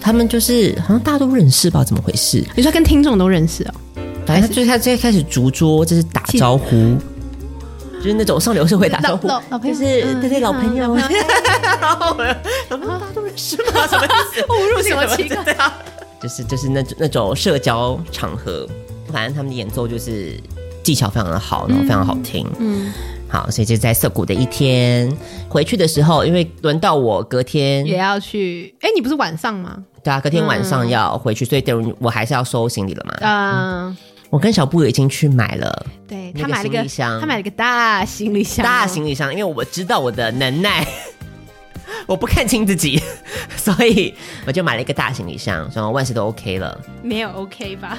S1: 他们就是好像大家都认识吧？怎么回事？
S2: 嗯，你说跟听众都认识哦，
S1: 反正他最开最开始逐桌，就是打招呼，就是那种上流社会打招呼，
S2: 老老老朋友
S1: 就是
S2: 嗯
S1: 对对
S2: 你好
S1: 老朋友，
S3: 误入什么
S2: 奇
S3: 怪？对啊，
S1: 就是就是那那种社交场合，反正他们的演奏就是技巧非常的好，然后非常好听。嗯，好，所以就在涩谷的一天回去的时候，因为轮到我隔天
S2: 也嗯要去。哎，你不是晚上吗？
S1: 对啊，隔天晚上要回去，所以等于我还是要收行李了嘛。
S2: 嗯，
S1: 我跟小布已经去买了
S2: 对
S1: 那
S2: 他买了一
S1: 行
S2: 个
S1: 李，箱
S2: 他买了一个大行李箱哦，
S1: 大行李箱，因为我知道我的能耐， 我不看清自己， 所以我就买了一个大行李箱，然后万事都 OK 了。
S2: 没有 OK 吧？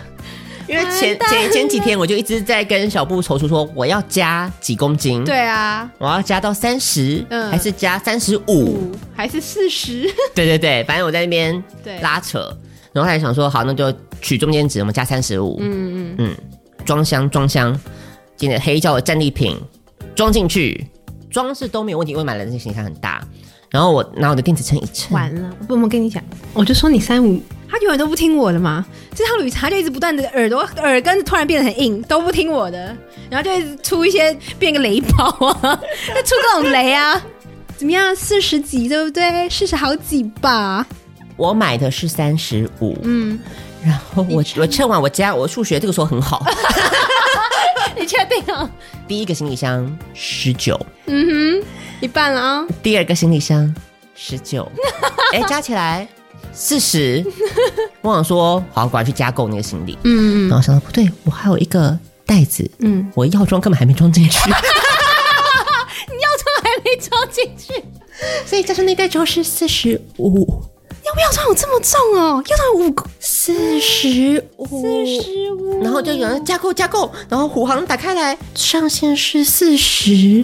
S1: 因为前前前几天我就一直在跟小布踌躇说，我要加几公斤，，
S2: 对啊，
S1: 我要加到三十、
S2: 嗯
S1: 还是加三十五？
S2: 五还是四十？
S1: 对对对，反正我在那边
S2: 对
S1: 拉扯，然后他也想说，好，那就取中间值，我们加三十五，嗯嗯嗯，装箱装箱，今天黑胶的战利品装进去，装饰都没有问题，因为买了那行李箱很大，然后我拿我的电子秤一称，
S2: 完了，我不能跟你讲，我就说你三五， 他永远都不听我的嘛。这趟旅程他就一直不断的耳朵耳根子突然变得很硬，都不听我的，然后就一直出一些变个雷包啊， 再出各种雷啊。怎么样？四十几对不对？四十好几吧？
S1: 我买的是三十五，嗯，然后我我称完我加我数学这个时候很好，
S7: 你确定啊？
S1: 第一个行李箱十九，
S2: 一半了啊、
S1: 第二个行李箱十九，哎，加起来四十。我想说，好，赶快去加购那个行李。嗯，然后想到不对，我还有一个袋子，嗯，我药妆根本还没装进去，
S7: 药妆还没装进去，
S1: 所以加上那袋之后是四十五，
S2: 要不要装有这么重哦？要装有五个
S1: 四十五，四十五。然后就有人加购加购，然后虎航打开来，上限是四十。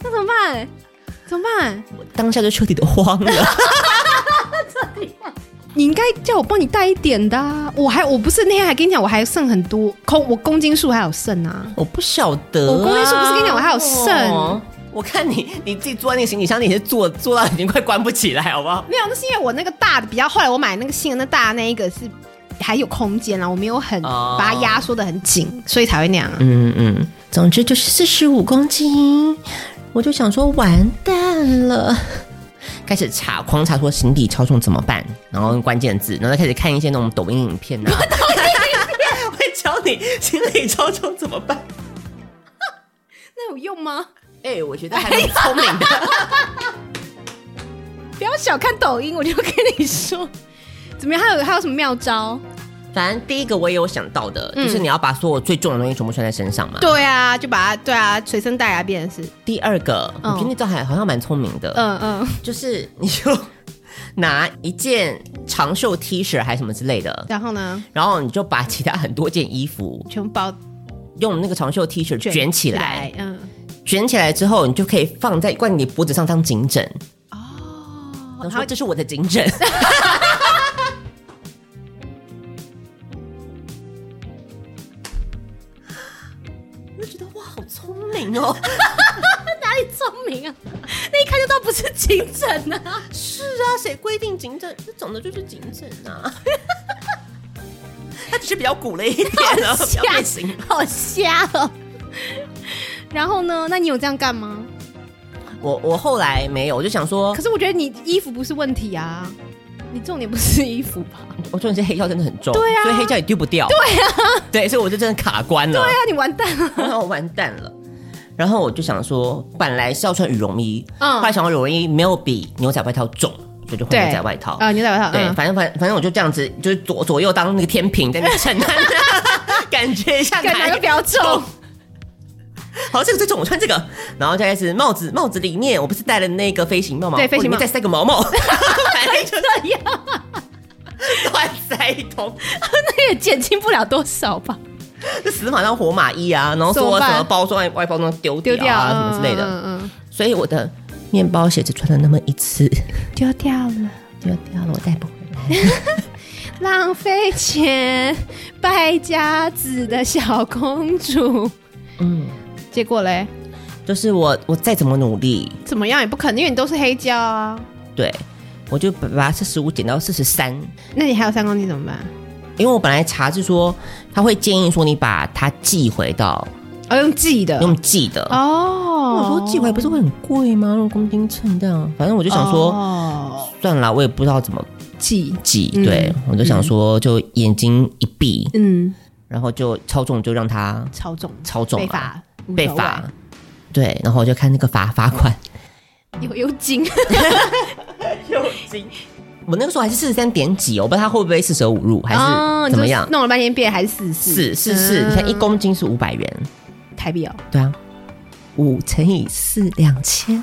S2: 那怎么办？怎么办？
S1: 当下就彻底的慌了，
S2: 你应该叫我帮你带一点的、啊。我还我不是那天还跟你讲，我还剩很多公，我公斤数还有剩啊。
S1: 我不晓得、啊。
S2: 我公斤数不是跟你讲我还有剩
S1: 哦我看你你自己坐在那个行李箱，你是坐坐到已经快关不起来，好不好？
S2: 没有，那是因为我那个大的比较，后来我买那个新的那大的那一个是还有空间啦，我没有很
S1: 哦
S2: 把它压缩的很紧，所以才会那样啊。
S1: 嗯嗯，总之就是四十五公斤，我就想说完蛋了， 开始查狂查说行李超重怎么办，然后关键字，然后再开始看一些那种 抖音影片啊，
S3: 会教你行李超重怎么办？
S2: 那有用吗？
S1: 哎、我觉得还蛮聪明的。
S2: 不要小看抖音，我就跟你说，怎么样？还有还有什么妙招？
S1: 反正第一个我也有想到的，就是你要把所有最重的东西全部穿在身上嘛。
S2: 对啊，就把它对啊随身带啊，变成是
S1: 第二个，我
S2: 嗯
S1: 觉得你这还好像蛮聪明的，
S2: 嗯 嗯，
S1: 就是你就 拿一件长袖 T 恤还是什么之类的，
S2: 然后呢，
S1: 然后你就把其他很多件衣服
S2: 全部包
S1: 用那个长袖 T 恤卷起来，，
S2: 嗯。
S1: 卷起来之后，你就可以放在挂你脖子上当颈枕。哦，然后这是我的颈枕。 我就觉得哇，好聪明哦！
S7: 哪里聪明啊？那一看就知道不是颈枕啊！
S1: 是啊，谁规定颈枕？这种的就是颈枕 啊。它只是比较鼓了一点 啊，比较变 形。
S7: 好瞎哦！
S2: 然后呢？那你有这样干吗？
S1: 我我后来没有，我就想说
S2: 可，是我觉得你衣服不是问题啊，你重点不是衣服吧？
S1: 我重点是黑胶真的很重，对啊，所以黑胶也丢不掉，对啊，对，所以我就真的卡关了，对
S2: 对啊，你完蛋了。
S1: 然后 完蛋了。然后我就想说，本来是要穿羽绒衣，
S2: 嗯
S1: 后来想到羽绒衣没有比牛仔外套重，所以就换牛仔外套。
S2: 啊，牛仔外套。
S1: 对，
S2: 嗯
S1: 反正反反正我就这样子，就是左左右当那个天平在 那边称， 感觉一下
S2: 感觉
S1: 哪
S2: 哪
S1: 个
S2: 个比较 重。
S1: 好，这个最重，我穿这个。然后再开始帽子，帽子里面我不是戴了那个飞行帽吗？
S2: 对飞行帽
S1: 我里面再塞个毛 毛，反正就
S7: 这样
S1: 乱塞一通，
S7: 那也减轻不了多少吧？
S1: 就死马当活马医啊。然后说
S2: 怎么办
S1: 什么包装外外包装丢
S2: 丢掉
S1: 掉啊，什么之类的。
S2: 嗯嗯
S1: 所以我的面包鞋只穿了那么一次，
S2: 嗯，丢掉了，
S1: 丢掉了，我带不回来。
S2: 浪费钱，败家子的小公主。
S1: 嗯，
S2: 结果嘞，
S1: 就是我我再怎么努力，
S2: 怎么样也不可能，因为你都是黑胶啊。
S1: 对我就把四十五减到四十三，
S2: 那你还有三公斤怎么办？
S1: 因为我本来查是说他会建议说你把它寄回到
S2: 哦，用寄的。
S1: 用寄的。
S2: 哦，
S1: 我说寄回不是会很贵吗？用公斤称这样，反正我就想说，
S2: 哦
S1: 算了，我也不知道怎么
S2: 寄，
S1: 寄。对，我就想说，就眼睛一闭，
S2: 嗯，
S1: 然后就超重，就让它
S2: 超重，
S1: 超重
S2: 被
S1: 嘛
S2: 罚，无
S1: 被
S2: 所谓
S1: 罚。对，然后我就看那个罚罚款，
S2: 有有金，
S1: 我那个时候还是四十三点几，我不知道他会不会四舍五入还
S2: 哦
S1: 是
S2: 你
S1: 怎么
S2: 说
S1: 样。
S2: 弄了半天变还是 四
S1: 是是是，你看一公斤是五百元，
S2: 台币哦，
S1: 对啊，五乘以四两千，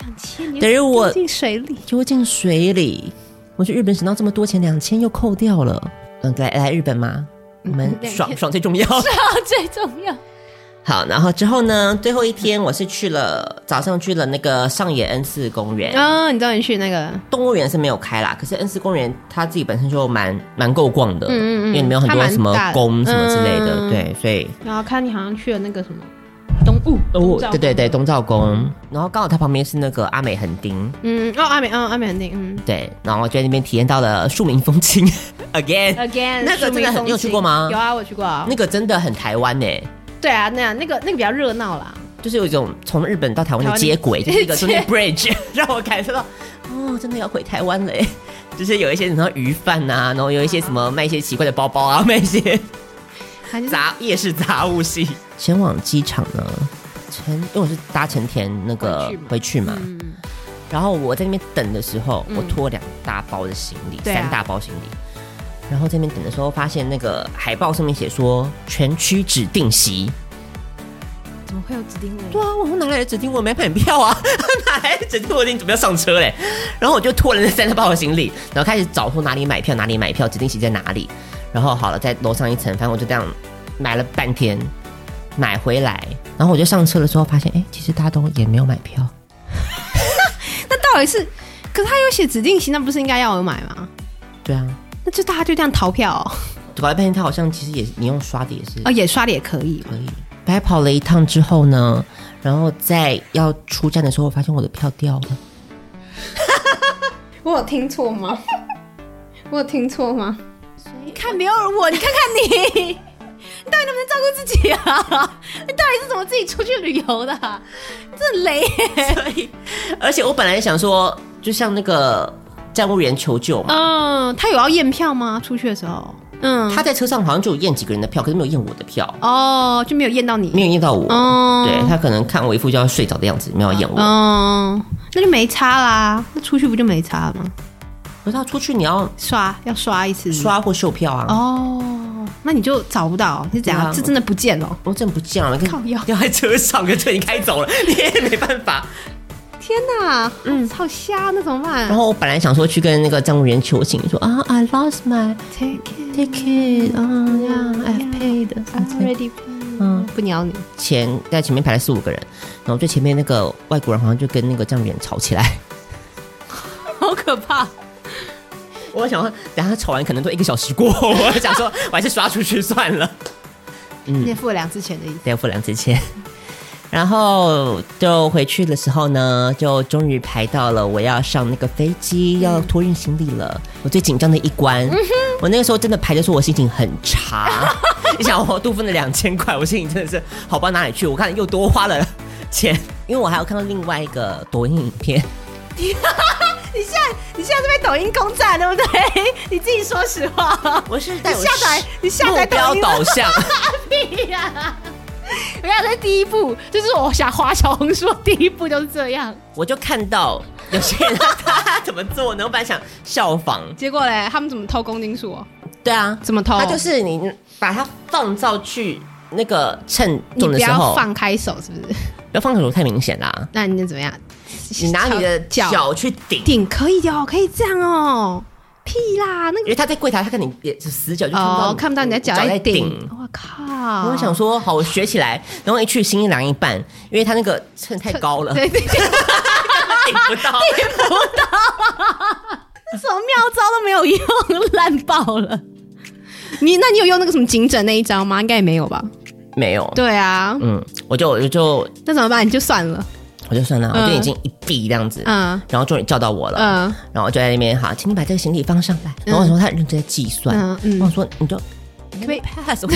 S2: 两千，
S1: 等于我
S2: 进水里，
S1: 丢进水里。我去日本省到这么多钱，两千又扣掉了。嗯，来来日本嘛，我们
S2: 嗯两
S1: 爽
S2: 天
S1: 爽最重要。
S7: 最重要。
S1: 好，然后之后呢，最后一天我是去了早上去了那个上野恩赐公园，
S2: 啊，你知道你去那个，
S1: 动物园是没有开啦，可是恩斯公园它自己本身就蛮蛮够逛的，
S2: 嗯嗯嗯
S1: 因为里面有很
S2: 它
S1: 多
S2: 蛮
S1: 什么
S2: 大的
S1: 宫什么之类的，
S2: 嗯
S1: 对，所以
S2: 然后看你好像去了那个什么东雾，
S1: 哦
S2: 东照，
S1: 对对对，东照宫，然后刚好它旁边是那个阿美横丁，
S2: 嗯，哦，阿美，嗯，阿美很定，嗯
S1: 对，然后就在那边体验到了庶民风情 ，again，
S2: ，again，
S1: 那个
S2: 庶民
S1: 真的很
S2: 风
S1: 你有去
S2: 情
S1: 过吗
S2: 有啊，我去过啊
S1: 那，个真的很台湾呢、欸
S2: 对啊，那样那个那个比较热闹啦，
S1: 就是有一种从日本到台湾的接轨，就是一个中 间 bridge，让 我感受到，哦，真的要回台湾了耶。 就是有一些什么鱼贩啊，然后有一些什么卖一些奇怪的包包啊， 卖一些
S2: 还是
S1: 杂夜市杂物系。前往机场呢，前因为我是搭成田那个
S2: 回去嘛
S1: 回去嘛，
S2: 嗯，
S1: 然后我在那边等的时候，我拖两大包的行李，
S2: 对啊
S1: 三大包行李，然后这边等的时候发现那个海报上面写说全区指定席，
S2: 怎么会有指定位？
S1: 对啊，我说哪来的指定我没买票啊？ 哪来的指定我已经准备要上车嘞？然后我就拖了那三大包的行李，然后开始找说哪里买票，哪里买票，指定席在哪里。然后好了，在楼上一层，反正我就这样买了半天，买回来，然后我就上车的时候发现，哎，其实大家都也没有买票。
S2: 那到底是，可是他有写指定型，那不是应该要我买吗？
S1: 对啊，
S2: 那就大家就这样逃票哦，
S1: 搞了半天，他好像其实也你用刷的也是
S2: 哦也刷的也可以
S1: 可以。白跑了一趟之后呢，然后在要出站的时候，我发现我的票掉了。
S2: 我有听错 吗？我有听错吗？你看没有我，你看看你， 你到底能不能照顾自己啊？ 你到底是怎么自己出去旅游的、啊？你这很雷耶、
S1: 所以，而且我本来想说，就像那个站务员求救嘛，
S2: 嗯，他有要验票吗？出去的时候，嗯，
S1: 他在车上好像就有验几个人的票，可是没有验我的票，
S2: 哦就没有验到你，
S1: 没有验到我。
S2: 哦
S1: 对他可能看我一副就要睡着的样子，没有验我。
S2: 嗯，那就没差啦，啊那出去不就没差了吗？
S1: 可是他出去你要
S2: 刷要刷一次，
S1: 刷或秀票啊，
S2: 哦，那你就找不到，是怎
S1: 对
S2: 样？
S1: 啊
S2: 这真的不见哦了。
S1: 我真的不啊见了，
S2: 靠
S1: 看
S2: 腰
S3: 要在车上，可是你开 走了，你也没办 法。
S2: 天哪，嗯，好瞎，那怎么办？
S1: 然后我本来想说去跟那个站务员求情，说啊，I lost my
S2: take it,
S1: ticket，啊，yeah，I've
S7: Oh,
S1: paid，
S2: I'm ready，嗯，不鸟你。
S1: 前在前面排了四五个人，然后最前面那个外国人好像就跟那个站务员吵起 来。
S7: 好可怕！
S1: 我想说，等下吵完可能都一个小时过后，我想说我还是刷出去算了，
S2: 你付了两次钱的意思。
S1: 再付两次钱。然后就回去的时候呢，就终于排到了我要上那个飞机，要托运行李了。我最紧张的一关，我那个时候真的排的时候，我心情很差。你想，我度付那两千块，我心情真的是好不到哪里去。我看又多花了钱，因为我还要看到另外一个抖音影片。
S7: 你现在你现在在被抖音攻占，对不 对？你自己说实话。
S1: 我是
S7: 你下载你下载
S1: 目标
S7: 抖音了
S1: 导向，
S7: 屁呀！我要在第一步，就是我想滑小红书的第一步就是这样。
S1: 我就看到有些人 他他怎么做呢？我本来想效仿，
S2: 结果嘞，他们怎么偷公斤数哦？
S1: 对啊，
S2: 怎么偷
S1: 他就是你把它放到去那个称
S2: 你
S1: 重
S2: 不
S1: 的时
S2: 要
S1: 候，
S2: 放开手，是不是？
S1: 不要放手太明显啦、
S2: 那你能怎么样？
S1: 你拿你的
S2: 脚
S1: 脚去顶，
S2: 顶可以哦，可以这样哦。屁啦，那
S1: 因
S2: 个
S1: 为他在柜台，他看你也死角就看不到，
S2: 哦，看不到你的脚
S1: 在
S2: 在
S1: 顶
S2: 顶。。我靠！
S1: 我想说，好，我学起来，然后一去心一凉一半，因为他那个秤太高了，
S2: 对对 对，
S1: 顶不到。
S7: 什么妙招都没有用，烂爆了。
S2: 你那你有用那个什么颈枕那一招吗？应该也没有吧？
S1: 没有，
S2: 对啊，
S1: 嗯，我就我就
S2: 那怎么办？你就算了。
S1: 我就算了，我
S2: 嗯
S1: 就已经一闭这样子，
S2: 嗯
S1: 然后终于叫到我了，
S2: 嗯
S1: 然后就在那边哈，请你把这个行李放上来。然后我说他认真在计算，
S2: 嗯嗯
S1: 我说你就。
S2: 可以
S1: pass，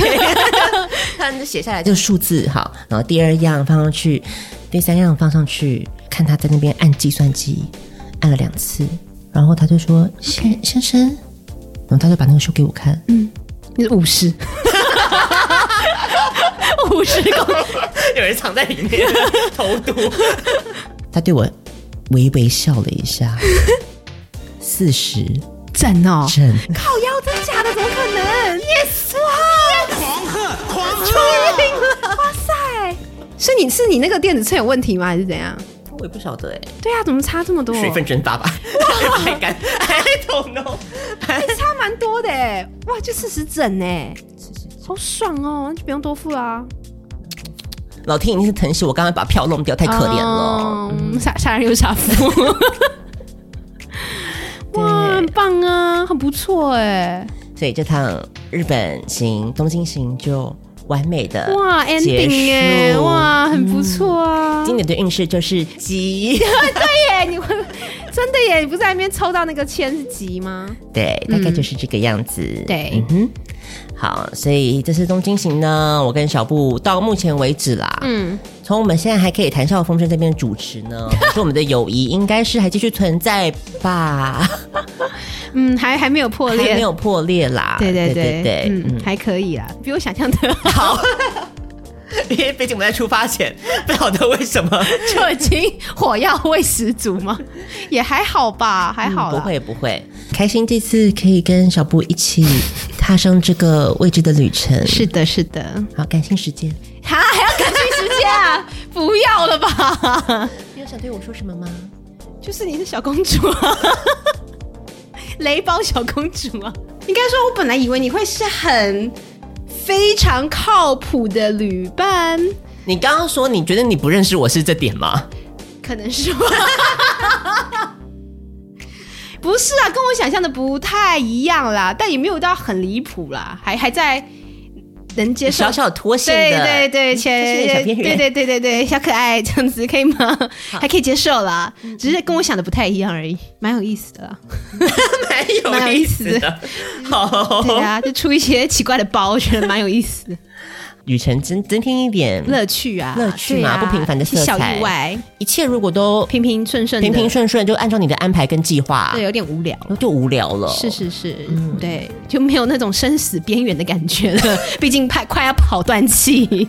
S1: 他就写下来这个数字好，然后第二样放上去，第三样放上去，看他在那边按计算机，按了两次，然后他就说先先生，然后他就把那个书给我看，
S2: 你是五十，
S7: 五十 公，
S1: 有人藏在里 面投毒。他对我微微笑了一下，四十
S2: 赞哦！
S1: 正，
S7: 靠腰，真假的？怎么可能？Yes！
S2: 是你是你那个电子秤有问题吗？还是怎样？
S1: 我也不晓得哎、
S2: 对啊，怎么差这么多？
S1: 水分蒸 发吧，太干，I don't know。
S2: 差蛮多的哎，哇，就四十整哎，好爽哦，那就不用多付啦、
S1: 老天已经是疼惜我，刚刚把票弄掉，太可怜了。
S2: 嗯，杀杀人又杀 父，哇，很棒啊，很不错哎，
S1: 所以这趟日本行、东京行就完美的
S2: 哇，ending 哎，哇，很不错啊，
S1: 今年的运势就是 吉，
S2: 对耶，你会真的耶，你不是在那边抽到那个千是吉吗？
S1: 对，大概就是这个样子。
S2: 对
S1: 嗯哼。好，所以这次东京行呢，我跟小布到目前为止啦，嗯，从我们现在还可以谈笑风生这边主持 呢，我说我们的友谊应该是还继续存在吧，
S2: 嗯，还还没有 破
S1: 还
S2: 裂，
S1: 没有破裂啦，
S2: 对对
S1: 对
S2: 对
S1: 对，
S2: 嗯，还可以啦，比我想象的好。
S1: 因为毕竟我们在出发前，不晓得为什么
S2: 就已经火药味十足 吗？也还好吧，还
S1: 嗯
S2: 好
S1: 不
S2: 啦。
S1: 会不会，开心这次可以跟小布一起踏上这个未知的旅程。
S2: 是的，是的。
S1: 好，感性时间。
S2: 哈，还要赶去时间啊？ 不要了吧？
S1: 你有想对我说什么吗？
S2: 就是你是小公主啊，雷包小公主啊。应该说，我本来以为你会是很非常靠谱的旅伴，
S1: 你刚刚说你觉得你不认识我是这点吗？
S2: 可能是吧。 不是啊，跟我想象的不太一样啦，但也没有到很离谱啦，还还在能接受
S1: 小小脱线
S2: 对
S1: 的，
S2: 对对，前
S1: 就是小边缘
S2: 对对对对对，小可爱这样子可以吗？还可以接受啦，
S1: 嗯
S2: 只是跟我想的不太一样而已，蛮有意思的啦。
S1: 蛮有意思的。好，
S2: 对啊，就出一些奇怪的包，觉得蛮有意思的，
S1: 旅程增增添一点
S2: 乐趣啊，
S1: 乐趣
S2: 对
S1: 嘛，
S2: 啊
S1: 不平凡的色
S2: 一些小
S1: 彩。
S2: 意外，
S1: 一切如果都
S2: 平平顺顺的，
S1: 平平顺顺，就按照你的安排跟计划，
S2: 对，有点无聊。
S1: 就无聊了。
S2: 是是是，
S3: 嗯
S2: 对，就没有那种生死边缘的感觉 了，毕竟快快要跑断气。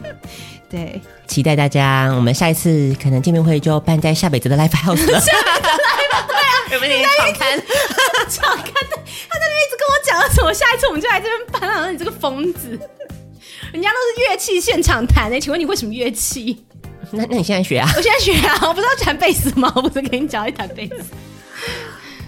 S2: 对，
S1: 期待大家，我们下一次可能见面会就办在下北泽的 Live House 了。下北泽 Live 对啊，我们已经敞开
S2: 他在那边一直跟我讲
S3: 儿子，我下一次我们就来这边办了。你这个疯子，人家都是乐器现场
S2: 欸
S3: 弹的，请问你会什么乐器？
S1: 那那你现在学啊？
S3: 我现在学啊，我不知道弹贝斯吗？我不是跟你讲会弹贝斯。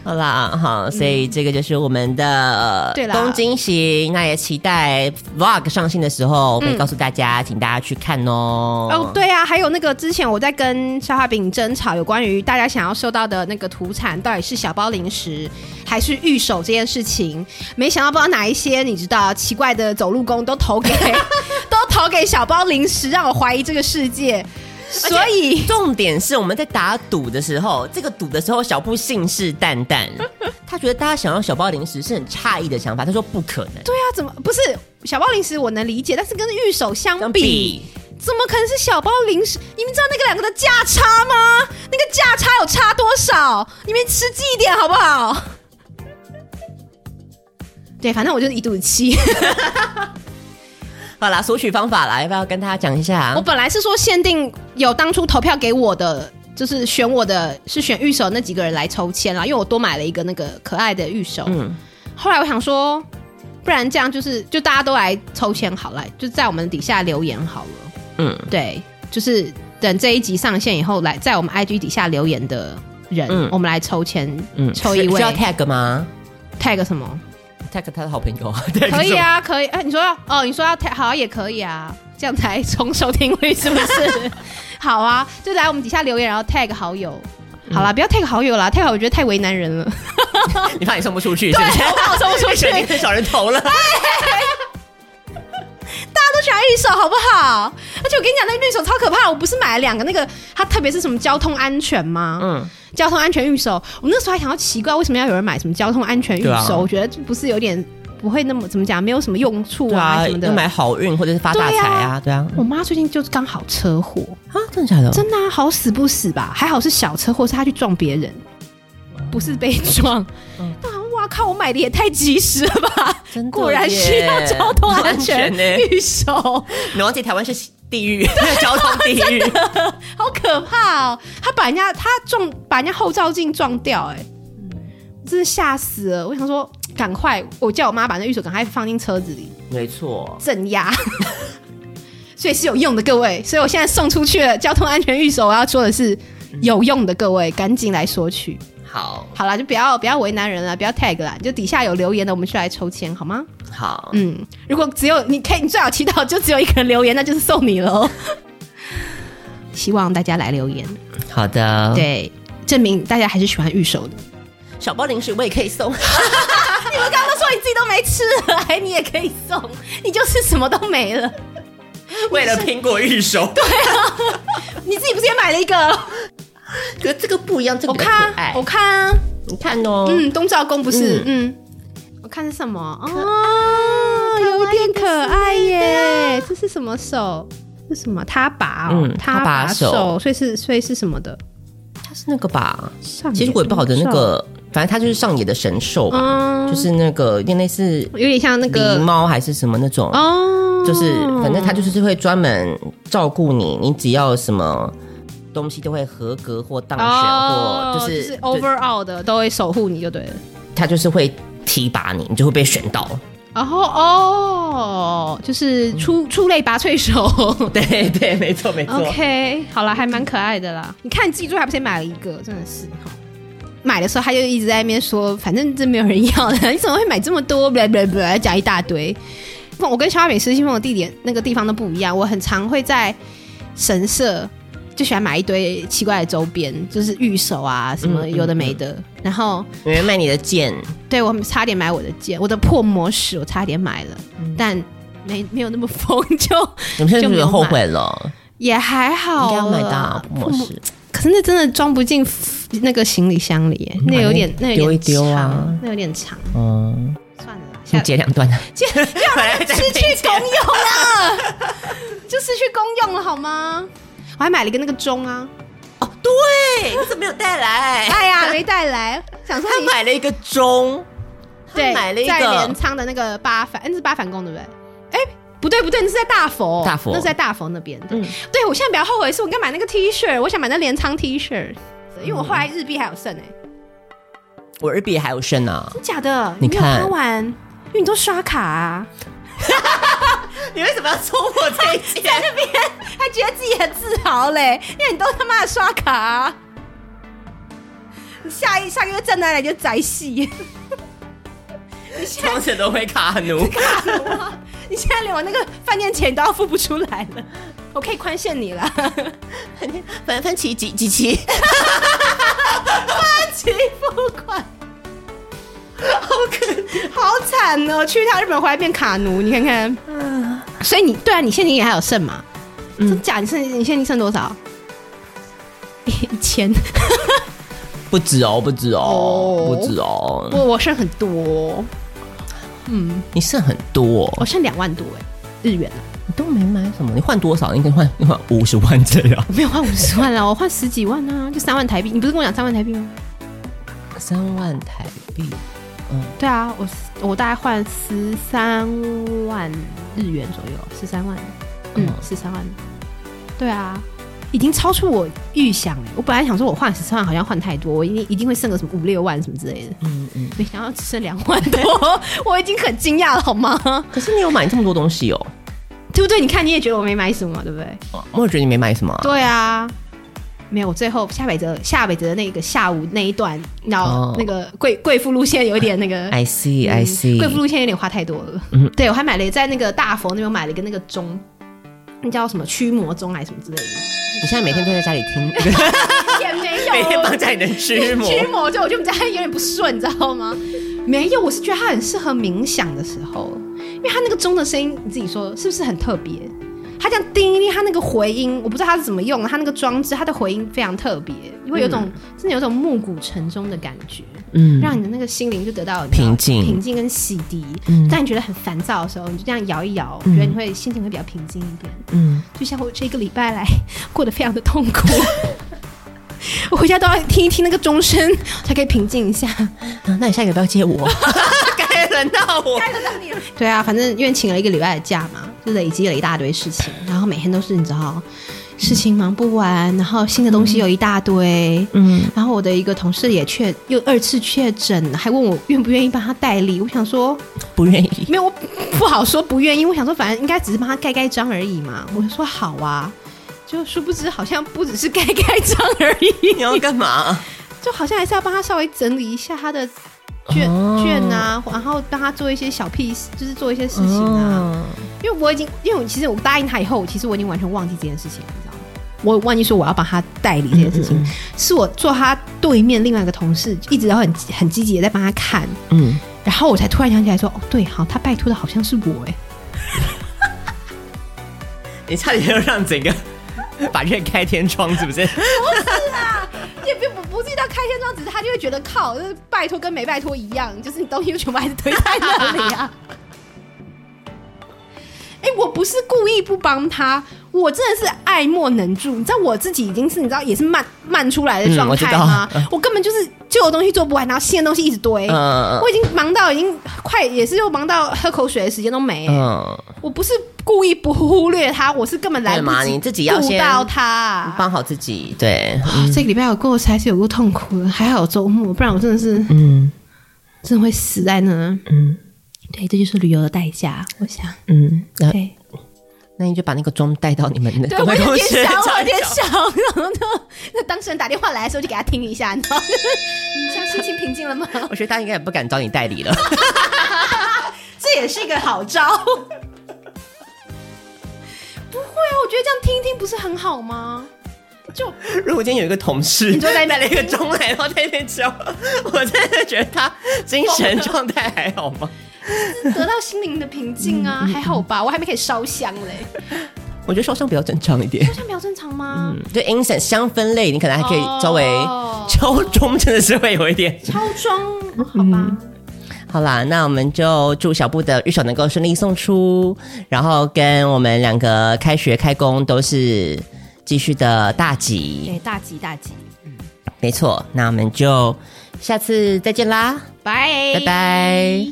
S1: 好啦，好，所以这个就是我们的
S3: 对啦
S1: 东京行，那也期待 Vlog 上新的时候我会告诉大家，请大家去看哦。
S3: 哦，，对啊，还有那个之前我在跟消化饼争吵，有关于大家想要收到的那个土产到底是小包零食还是玉手这件事情，没想到不知道哪一些你知道奇怪的走路工都投 给都投给小包零食，让我怀疑这个世界。所以
S1: 重点是我们在打赌的时候，这个赌的时候，小布信誓旦旦， 他觉得大家想要小包零食是很诧异的想法，他说不可能。
S3: 对啊，怎么不是小包零食我能理解，但是跟玉手相
S1: 相
S3: 比。
S1: 比
S3: 怎么可能是小包零食？你们知道那个两个的价差吗？那个价差有差多少？你们实际一点好不好？对，反正我就是一肚子气。
S1: 好啦，索取方法啦，要不要跟大家讲一下
S3: 我？本来是说限定有当初投票给我的，就是选我的是选玉手那几个人来抽签啦，因为我多买了一个那个可爱的玉手。
S1: 嗯
S3: 后来我想说，不然这样就是就大家都来抽签好了，就在我们底下留言好了。
S1: 嗯，
S3: 对，就是等这一集上线以后，来在我们 IG 底下留言的人，
S1: 嗯
S3: 我们来抽签，
S1: 嗯
S3: 抽一
S1: 需
S3: 位
S1: 需要 tag 吗
S3: tag 什么？
S1: ？tag 他的好朋友，tag
S3: 可以
S1: 什么。
S3: 啊，可以。哎、你说要哦，你说要 tag 好啊也可以啊，这样才冲收听率是不 是？好啊，就来我们底下留言，然后 tag 好友。
S1: 嗯
S3: 好啦，不要 tag 好友啦，tag 好友我觉得太为难人 了。
S1: 你怕你送不出去是不是？
S3: 我怕我送不出 去
S1: 肯定被小人投 了。
S3: 大家都喜欢玉手，好不
S1: 啊
S3: 好？而且我跟你讲，那个玉手超可怕。我不是买了两个那个，它特别是什么交通安全吗？
S1: 嗯，
S3: 交通安全预售，我那时候还想要奇怪，为什么要有人买什么交通安全预售？
S1: 对啊
S3: 我觉得这不是有点不会那么怎么讲，没有什么用处
S1: 对
S3: 啊
S1: 啊，
S3: 什么的
S1: 要。买好运或者是发大财啊，对啊。
S3: 我妈最近就是刚好车祸，
S1: 啊，真的假的？
S3: 真的、啊、好死不死吧？还好是小车祸，是她去撞别人，不是被撞。那好像哇靠！我买的也太及时了吧！
S1: 真的
S3: 果然需要
S1: 耶
S3: 交通安
S1: 完
S3: 全
S1: 呢
S3: 预售，
S1: 然后在台湾是地狱， 交通地 狱。
S3: 好可怕哦！她把人家她撞把人家后照镜撞掉、哎，真的吓死了！我想说，赶快，我叫我妈把那玉手赶快放进车子里
S1: 没错，
S3: 镇压， 所以是有用的，各位。所以我现在送出去了交通安全玉手，我要说的是有用的，各位赶紧来索取。
S1: 好
S3: 好啦，就不要不要为难人了，不要 tag 啦，就底下有留言的，我们就来抽签好吗？
S1: 好，
S3: 嗯，如果只有你可以，你最好祈祷就只有一个人留言，那就是送你喽。 希望大家来留言，
S1: 好的。，
S3: 嗯对，证明大家还是喜欢玉手的。
S1: 嗯小包零食我也可以 送。
S3: 你们刚刚说你自己都没吃了，哎，你也可以送，你就是什么都没了。
S1: 为了苹果玉手，
S3: 你自己不是也买了一个？
S1: 可是这个不一样，这个
S3: 我
S1: 比较可
S3: 看
S1: 爱
S3: 啊，我。看啊，
S1: 你看哦，
S3: 嗯，东照宫不是，嗯，我看是什么？哦，有一点可爱耶，这是什么手？这是什么？他把哦
S1: 嗯，
S3: 他把
S1: 他把手
S3: 手，所以是所以是什么的？
S1: 它是那个吧？
S3: 上
S1: 其实我也不好的那个，反正它就是上野的神兽吧，
S3: 嗯
S1: 就是那个有点类似
S3: 有点像那
S1: 狸
S3: 个
S1: 猫还是什么那种，
S3: 哦，
S1: 就是反正它就是会专门照顾你，你只要什么。东西都会合格或当选，
S3: 哦，
S1: 或就是
S3: 是 overall 的都会守护你就对了。
S1: 它就是会提拔你，你就会被选到。
S3: 然后哦，就是出出类拔萃 手。
S1: 对对，没错没错。
S3: OK，好了，还蛮可爱的啦。你看，你自己最后还不是也买了一个，真的是哈。买的时候他就一直在那边说，反正这没有人要的，你 怎么会买这么多？blah blah blah，讲一大堆。我跟小美失心疯的地点那个地方都不一样，我很常会在神社就喜欢买一堆奇怪的周边，就是玉手啊什么
S1: 嗯嗯
S3: 有的没的。然后
S1: 有人卖你的剑，
S3: 对我差点买我的剑，我的破魔石我差点买了，但没没有那么疯，就
S1: 你们现在是不
S3: 就没
S1: 是
S3: 有买
S1: 后悔了？
S3: 也还好
S1: 应
S3: 啊
S1: 该要买
S3: 啦
S1: 大模式，
S3: 可是那真的装不进 f- 那个行李箱里耶，那有点，那有
S1: 嗯
S3: 点
S1: 丢一丢啊
S3: 长那有点长，
S1: 嗯，
S3: 算了啦，
S1: 你
S3: 下
S1: 截两 段，
S3: 这让人失去公用了， 就失去公用了好吗？我还买了一个那个钟啊，
S1: 哦，对，你怎么没有带来？
S3: 哎呀，没带来，想说
S1: 他
S3: 你
S1: 买了一个钟，
S3: 对
S1: 买了一
S3: 在
S1: 个
S3: 镰仓的那个八反，嗯，是八反宫对不对？哎，不对不对，那是在大佛，嗯
S1: 大佛
S3: 那是在大佛那边。对，对我现在比较后悔，是我应该买那个 T 恤，我想买那镰仓 T 恤，因为我后来日币还有剩哎，
S1: 我日币还有剩呢、
S3: 真假的？
S1: 你
S3: 没有
S1: 看
S3: 看完？因为你都刷卡 啊。
S2: 你为什么要戳我这一节？
S3: 他觉得自己很自豪嘞，因为你都他妈的刷卡、啊，你下一下个月账单来就宅戏，
S2: 从此都会卡奴。
S3: 你现在连我那个饭店钱都要付不出来了， 我可以宽限你了，
S2: 分分期几几期？
S3: 期付款。 好可好惨哦！去一趟日本回来变卡奴，你看看。所以你对啊，你现金也还有剩嘛？真假？你剩你现金剩多少？一千。
S1: 不止哦，不止哦
S3: 哦，
S1: 不止哦，
S3: 我我剩很多，
S1: 你剩很多哦、
S3: 我剩两万多哎，日元啊
S1: 你都没买什么，你换多少？你可以换你换五十万这样，
S3: 没有换五十万啦，我换十几万啊，就三万台币。你不是跟我讲三万台币吗？
S1: 三万台币，
S3: 对啊，我我大概换十三万日元左右，十三万，嗯
S1: 嗯，
S3: 十三万。对啊，已经超出我预想了。我本来想说我换十三万好像换太多，我一定一定会剩个什么五六万什么之类的，
S1: 嗯嗯。
S3: 没想到只剩两万 多，我已经很惊讶了好吗？
S1: 可是你有买这么多东西哦，
S3: 对不对？你看你也觉得我没买什么，对不对？
S1: 我也觉得你没买什么、啊。
S3: 对啊，没有，我最后下北泽下北泽的那个下午那一段，然后
S1: 哦
S3: 那个贵贵妇路线有一点那个
S1: I see, I
S3: 嗯
S1: see。
S3: 贵妇路线有点花太多了。
S1: 嗯
S3: 对我还买了在那个大佛那边买了一个那个钟，那叫什么驱魔钟还是什么之类的，
S1: 你现在每天都在家里听，
S3: 也没有
S2: 每天绑在你的驱魔。
S3: 驱魔就我就比较有点不顺，你知道吗？没有，我是觉得它很适合冥想的时候，因为它那个钟的声音，你自己说是不是很特别？它这样叮一叮，它那个回音，我不知道它是怎么用的，它那个装置，它的回音非常特别，会有种、真的有种暮鼓晨钟的感觉，
S1: 嗯，
S3: 让你的那个心灵就得到你知道
S1: 平静嗯
S3: 平静跟洗涤。当你觉得很烦躁的时候，你就这样摇一摇，我觉得你会心情会比较平静一点。
S1: 嗯，
S3: 就像我这个礼拜来过得非常的痛苦， 我回家都要听一听那个钟声，才可以平静一下。
S1: 啊那你下一个不要接 我，
S2: 该轮到我，
S3: 对啊，反正因为请了一个礼拜的假嘛，就累积了一大堆事情，然后每天都是你知道，事情忙不完，然后新的东西有一大堆，嗯，然后我的一个同事也确又二次确诊，还问我愿不愿意帮他代理，我想说
S1: 不愿意。
S3: 没有，我不好说不愿意。我想说，反正应该只是帮他盖盖章而已嘛。我就说好啊，就殊不知好像不只是盖盖章而已，
S2: 你要干嘛？
S3: 就好像还是要帮他稍微整理一下他的卷、
S1: 哦
S3: 卷啊，然后帮他做一些小屁，就是做一些事情啊。
S1: 哦
S3: 因为我已经，因为我其实我答应他以后，我其实我已经完全忘记这件事情，你知道吗？我忘记说我要帮他代理这件事情，
S1: 嗯
S3: 是我坐他对面另外一个同事一直都很很积极的在帮他看，
S1: 嗯，
S3: 然后我才突然想起来说，哦，对，好，他拜托的好像是我哎、
S2: 你差点要让整 个把月开天窗，是不是？
S3: 也并不不是遇到开天窗，只是他就会觉得靠，就是拜托跟没拜托一样，就是你东西全部还是堆在那里啊。 哎、我不是故意不帮他，我真的是爱莫能助。你知道我自己已经是你知道也是慢慢出来的
S1: 嗯
S3: 状
S1: 我知
S3: 态
S1: 道
S3: 吗？我根本就是旧的东西做不完，然后新的东西一直堆。
S1: 嗯
S3: 我已经忙到已经快，也是又忙到喝口水的时间都没、
S1: 嗯，
S3: 我不是故意不忽略他，我是根本来
S1: 对
S3: 不
S1: 嘛
S3: 及
S1: 你自己要
S3: 顾
S1: 先
S3: 到他，
S1: 帮好自己，对，
S3: 啊这个礼拜我过得才是有够痛苦的，还好有周末，不然我真的是
S1: 嗯
S3: 真的会死在那。
S1: 嗯
S3: 对，这就是旅游的代价，我想。
S1: 嗯，那
S3: 对，
S1: 那你就把那个钟带到你们的
S3: 对我有点
S2: 同学
S3: 想，我有点
S2: 讲
S3: 想，然后呢，那当事人打电话来的时候就给他听一下，你知道吗？ 你现在心情平静了吗？
S1: 我觉得他应该也不敢找你代理了。
S3: 这也是一个好招。 不会啊，我觉得这样听一听不是很好吗？就
S2: 如果今天有一个同事，
S3: 你说在
S2: 带了一个钟来，然后在那边敲，我真的觉得他精神状态还好吗？
S3: 得到心灵的平静 啊，
S2: 嗯
S3: 还好吧？我还没开始烧香嘞，
S1: 我觉得烧香比较正常一点
S3: 这，样比较正常吗？
S1: 嗯就 incense 香氛类，你可能还可以稍微。
S3: 哦
S2: 敲钟真的是会有一点，
S3: 敲钟，
S2: 嗯
S3: 好吧？
S1: 好啦，那我们就祝小布的玉手能够顺利送出，然后跟我们两个开学开工都是继续的大吉。嗯
S3: 对，大吉大吉，
S1: 没错，那我们就下次再见啦，
S3: 拜
S1: 拜拜。